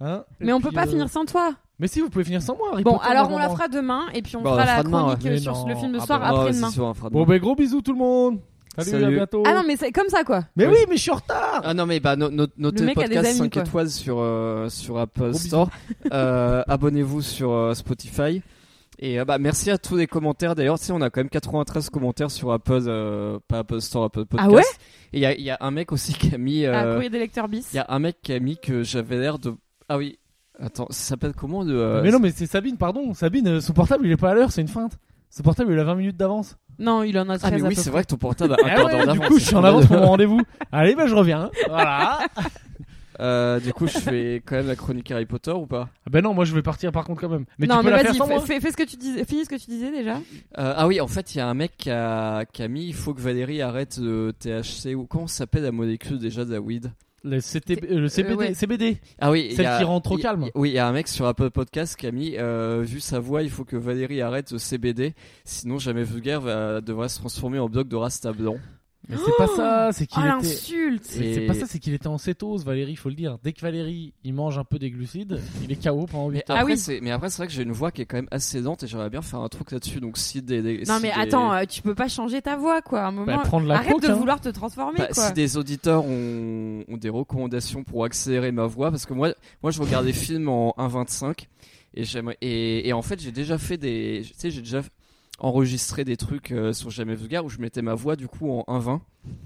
Speaker 2: Hein Et
Speaker 1: Mais on
Speaker 2: puis,
Speaker 1: peut pas
Speaker 2: euh,
Speaker 1: finir sans toi.
Speaker 2: Mais si, vous pouvez finir sans moi, Harry
Speaker 1: Bon,
Speaker 2: Potter,
Speaker 1: alors
Speaker 2: moi,
Speaker 1: on la
Speaker 2: vraiment.
Speaker 1: fera demain et puis on
Speaker 3: Bah, on
Speaker 1: fera
Speaker 3: la
Speaker 1: la
Speaker 3: fera demain,
Speaker 1: chronique
Speaker 2: ouais.
Speaker 1: euh,
Speaker 2: Mais
Speaker 1: sur
Speaker 2: non.
Speaker 1: le film de
Speaker 2: Ah
Speaker 1: soir
Speaker 2: bah,
Speaker 3: Ah ouais,
Speaker 1: après-demain.
Speaker 3: c'est sûr, on fera
Speaker 2: Bon,
Speaker 3: demain.
Speaker 2: ben gros bisous tout le monde. Salut, à
Speaker 3: Salut.
Speaker 2: bientôt.
Speaker 1: Ah non, mais c'est comme ça quoi.
Speaker 2: Mais
Speaker 3: Ouais.
Speaker 2: oui, mais je suis en retard.
Speaker 3: Ah non, mais bah, no- no- notez
Speaker 1: Le
Speaker 3: le
Speaker 1: mec a des
Speaker 3: podcast
Speaker 1: amis,
Speaker 3: 5
Speaker 1: quoi.
Speaker 3: étoiles sur, euh, sur Apple
Speaker 2: Gros
Speaker 3: Store. Euh, Abonnez-vous sur euh, Spotify. Et euh, bah, merci à tous les commentaires. D'ailleurs, tu sais, on a quand même 93 commentaires sur Apple, euh, pas Apple Store, Apple Podcast.
Speaker 1: Ah ouais
Speaker 3: Et il y a, il y a un mec aussi qui a mis.
Speaker 1: Ah,
Speaker 3: euh,
Speaker 1: courrier des lecteurs bis.
Speaker 3: Il y a un mec qui a mis que j'avais l'air de. Ah oui. Attends, ça s'appelle comment de, euh,
Speaker 2: mais non, mais c'est Sabine, pardon. Sabine, euh, son portable, il est pas à l'heure, c'est une feinte. Son portable, il a 20 minutes d'avance.
Speaker 1: Non, il en a
Speaker 3: Ah
Speaker 1: 13
Speaker 3: mais
Speaker 1: à
Speaker 3: oui,
Speaker 1: peu près.
Speaker 3: c'est
Speaker 1: Ah
Speaker 3: vrai que ton portable a un
Speaker 2: Eh
Speaker 3: quart
Speaker 2: ouais,
Speaker 3: d'heure
Speaker 2: du
Speaker 3: d'avance,
Speaker 2: coup, je
Speaker 3: c'est
Speaker 2: suis en
Speaker 3: pas mal.
Speaker 2: avance pour mon rendez-vous. Allez, ben je reviens. Voilà. Ah
Speaker 3: Euh, du coup, je fais quand même la chronique Harry Potter ou pas
Speaker 2: ben non, moi je vais partir par contre quand même. Mais
Speaker 1: non,
Speaker 2: tu peux
Speaker 1: mais
Speaker 2: la faire
Speaker 1: vas-y,
Speaker 2: sans moi.
Speaker 1: fais, fais- fais ce que tu disais, finis ce que tu disais déjà.
Speaker 3: Euh, Ah oui, en fait, il y a un mec qui a, qui a mis il faut que Valérie arrête le THC ou comment ça s'appelle la molécule déjà de la weed
Speaker 2: Le, CTB, euh, le CBD,
Speaker 1: Euh, ouais.
Speaker 2: CBD.
Speaker 3: Ah oui, il y
Speaker 2: Celle
Speaker 3: a-
Speaker 2: qui rend trop
Speaker 3: il-
Speaker 2: calme.
Speaker 3: Oui, il y a un mec sur Apple Podcast qui a mis euh, vu sa voix, il faut que Valérie arrête le CBD, sinon jamais vulgaire va, devra se transformer en bloc de rasta blanc.
Speaker 2: Mais c'est pas ça, c'est
Speaker 1: Oh
Speaker 2: qu'il était.
Speaker 1: l'insulte
Speaker 2: C'est c'est pas
Speaker 3: Et-
Speaker 2: ça, c'est qu'il était en cétose, Valérie, faut le dire. Dès que Valérie, il mange un peu des glucides, il est KO pendant 8
Speaker 3: Mais
Speaker 2: heures.
Speaker 1: Ah
Speaker 3: après,
Speaker 1: oui.
Speaker 3: c'est, mais après, c'est vrai que j'ai une voix qui est quand même assez dente et j'aimerais bien faire un truc là-dessus. Donc, si des, des-
Speaker 1: Non
Speaker 3: si
Speaker 1: mais
Speaker 3: des-
Speaker 1: attends, euh, tu peux pas changer ta voix quoi. À un
Speaker 2: Bah,
Speaker 1: moment,
Speaker 2: prendre la
Speaker 1: arrête
Speaker 2: coke,
Speaker 1: de
Speaker 2: hein.
Speaker 1: vouloir te transformer
Speaker 3: Bah,
Speaker 1: quoi.
Speaker 3: si des auditeurs ont, ont des recommandations pour accélérer ma voix, parce que moi, moi je regarde des films en 1.25 et j'aimerais et, et en fait j'ai déjà fait des, tu sais j'ai déjà enregistré des trucs euh, sur Jamais Vulgaire où je mettais ma voix du coup en 1.20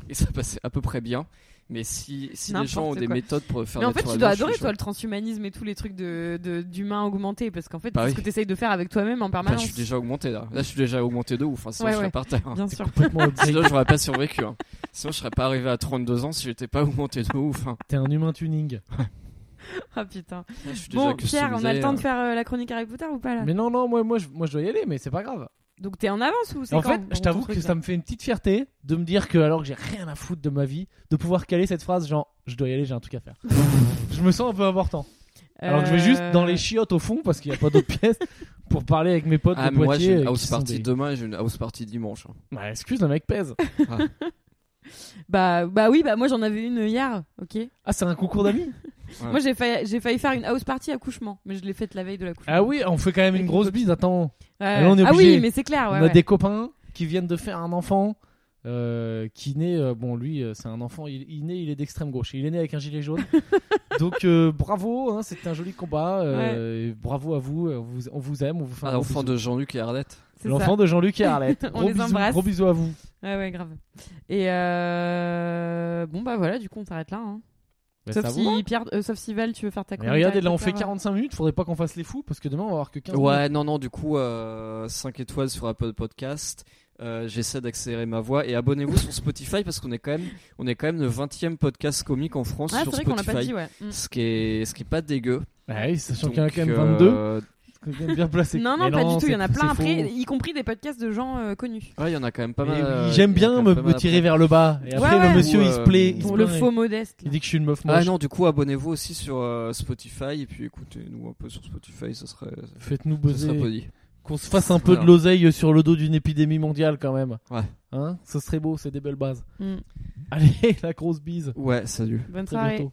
Speaker 3: et ça passait à peu près bien. Mais si, si les
Speaker 1: N'importe
Speaker 3: gens ont des
Speaker 1: quoi.
Speaker 3: méthodes pour faire
Speaker 1: Mais en
Speaker 3: des
Speaker 1: fait,
Speaker 3: trucs
Speaker 1: tu
Speaker 3: à
Speaker 1: dois
Speaker 3: la main, je suis
Speaker 1: adorer,
Speaker 3: chaud.
Speaker 1: toi, le transhumanisme et tous les trucs d'humains de, d'humains augmentés, parce qu'en fait,
Speaker 3: Bah
Speaker 1: c'est
Speaker 3: oui.
Speaker 1: ce que tu essayes de faire avec toi-même en
Speaker 3: Enfin,
Speaker 1: permanence.
Speaker 3: je suis déjà augmenté là. Là, je suis déjà augmenté de ouf. Enfin, sinon,
Speaker 1: Ouais,
Speaker 3: je serais
Speaker 1: ouais.
Speaker 3: par terre. hein.
Speaker 1: Bien sûr.
Speaker 2: Complètement obsédé.
Speaker 3: Sinon, j'aurais pas survécu. hein. Sinon, je serais pas arrivé à 32 ans si j'étais pas augmenté de ouf. hein.
Speaker 2: T'es un humain tuning.
Speaker 1: Ah putain.
Speaker 3: Je suis déjà
Speaker 1: Bon, Pierre, on a le
Speaker 3: customisé,
Speaker 1: temps de
Speaker 3: euh.
Speaker 1: faire euh, la chronique Harry Potter ou pas là
Speaker 2: Mais non, non, moi, moi, je, moi, je dois y aller, mais c'est pas grave.
Speaker 1: Donc t'es en avance ou c'est
Speaker 2: En
Speaker 1: quand,
Speaker 2: fait,
Speaker 1: bon,
Speaker 2: je t'avoue
Speaker 1: ton
Speaker 2: que
Speaker 1: truc,
Speaker 2: ça me fait une petite fierté de me dire que, alors que j'ai rien à foutre de ma vie, de pouvoir caler cette phrase, genre, je dois y aller, j'ai un truc à faire. je me sens un peu important.
Speaker 1: là
Speaker 2: Alors que je vais juste
Speaker 1: Euh,
Speaker 2: dans les chiottes au fond, parce qu'il n'y a pas d'autres pièces, pour parler avec mes potes
Speaker 3: Ah,
Speaker 2: de
Speaker 3: mais moi,
Speaker 2: Poitiers.
Speaker 3: j'ai une
Speaker 2: euh, qui
Speaker 3: house
Speaker 2: sont
Speaker 3: party
Speaker 2: des-
Speaker 3: demain et j'ai une house party dimanche. hein.
Speaker 2: Bah, excuse, le mec pèse.
Speaker 1: Bah, bah oui, bah moi j'en avais une hier, ok.
Speaker 2: Ah, c'est un concours d'amis
Speaker 3: Ouais.
Speaker 1: Moi j'ai failli, j'ai failli faire une house party accouchement, mais je l'ai faite la veille de l'accouchement.
Speaker 2: Ah oui, on fait quand même
Speaker 1: Avec
Speaker 2: une
Speaker 1: une
Speaker 2: grosse bise, attends.
Speaker 1: Ouais,
Speaker 2: Ah, là, on est
Speaker 1: ouais. Ah
Speaker 2: obligé.
Speaker 1: oui, mais c'est clair, ouais.
Speaker 2: on a
Speaker 1: ouais.
Speaker 2: des copains qui viennent de faire un enfant euh, qui naît. euh, bon, lui, euh, c'est un enfant. Il, il naît, il est d'extrême gauche. Il est né avec un gilet jaune. Donc euh, bravo, hein, c'était un joli combat. euh, et Bravo à vous, euh, on vous. On vous aime, on vous fait un
Speaker 3: Ah,
Speaker 2: gros
Speaker 3: l'enfant
Speaker 2: bisou.
Speaker 3: de Jean-Luc et Arlette.
Speaker 2: Ah,
Speaker 1: C'est ça.
Speaker 2: L'enfant de Jean-Luc et Arlette.
Speaker 1: On
Speaker 2: gros
Speaker 1: les
Speaker 2: bisous,
Speaker 1: embrasse.
Speaker 2: Gros bisous à vous.
Speaker 1: Ouais, ouais, grave. Et euh... bon, bah voilà, du coup on s'arrête là. hein.
Speaker 2: Bah,
Speaker 1: Sauf
Speaker 2: ça
Speaker 1: si,
Speaker 2: vaut.
Speaker 1: Pierre, euh, sauf si Val, tu veux faire ta
Speaker 2: Mais
Speaker 1: chronique.
Speaker 2: regardez, là on
Speaker 1: Harry
Speaker 2: fait
Speaker 1: Potter. hein.
Speaker 2: 45 minutes. Faudrait pas qu'on fasse les fous parce que demain on va avoir que 15 minutes.
Speaker 3: Ouais, non, non, du coup, 5 étoiles sur Apple Podcast. Euh, J'essaie d'accélérer ma voix et abonnez-vous sur Spotify parce qu'on est quand même, on est quand même le 20e podcast comique en France
Speaker 1: Ah, c'est
Speaker 3: sur
Speaker 1: vrai
Speaker 3: Spotify.
Speaker 1: qu'on l'a pas dit, ouais. Mm.
Speaker 3: Ce qui est, ce qui est pas dégueu.
Speaker 2: Bah oui, sachant
Speaker 3: Donc,
Speaker 2: qu'il y en a quand même
Speaker 3: euh,
Speaker 2: 22. c'est quand même bien placé.
Speaker 1: Non,
Speaker 2: Mais
Speaker 1: non, pas du tout. Il y en a
Speaker 2: c'est-
Speaker 1: plein
Speaker 2: c'est
Speaker 1: après,
Speaker 2: faux.
Speaker 1: y compris des podcasts de gens euh, connus.
Speaker 3: Ouais, il y en a quand même pas
Speaker 2: Mais
Speaker 3: mal.
Speaker 2: oui,
Speaker 3: euh,
Speaker 2: J'aime
Speaker 3: il y
Speaker 2: bien
Speaker 3: en a quand
Speaker 2: me,
Speaker 3: même pas
Speaker 2: me
Speaker 3: mal
Speaker 2: tirer vers le bas. Et après,
Speaker 1: ouais.
Speaker 2: le monsieur,
Speaker 3: Ou,
Speaker 2: il se
Speaker 3: euh,
Speaker 2: plaît. il se
Speaker 1: Bon, le
Speaker 2: plaint.
Speaker 1: faux modeste.
Speaker 2: Il
Speaker 1: là.
Speaker 2: dit que je suis une meuf moche.
Speaker 3: Ah non, du coup, abonnez-vous aussi sur euh, Spotify et puis écoutez-nous un peu sur Spotify, ça serait,
Speaker 2: Faites-nous
Speaker 3: ça serait
Speaker 2: buzzer.
Speaker 3: poli.
Speaker 2: Qu'on se fasse un peu
Speaker 3: Voilà.
Speaker 2: de l'oseille sur le dos d'une épidémie mondiale quand même.
Speaker 3: Ouais.
Speaker 2: Hein Ce serait beau, c'est des belles bases.
Speaker 1: Mm.
Speaker 2: Allez, la grosse bise.
Speaker 3: Ouais, salut.
Speaker 1: Bonne
Speaker 2: À
Speaker 1: soirée.
Speaker 2: bientôt.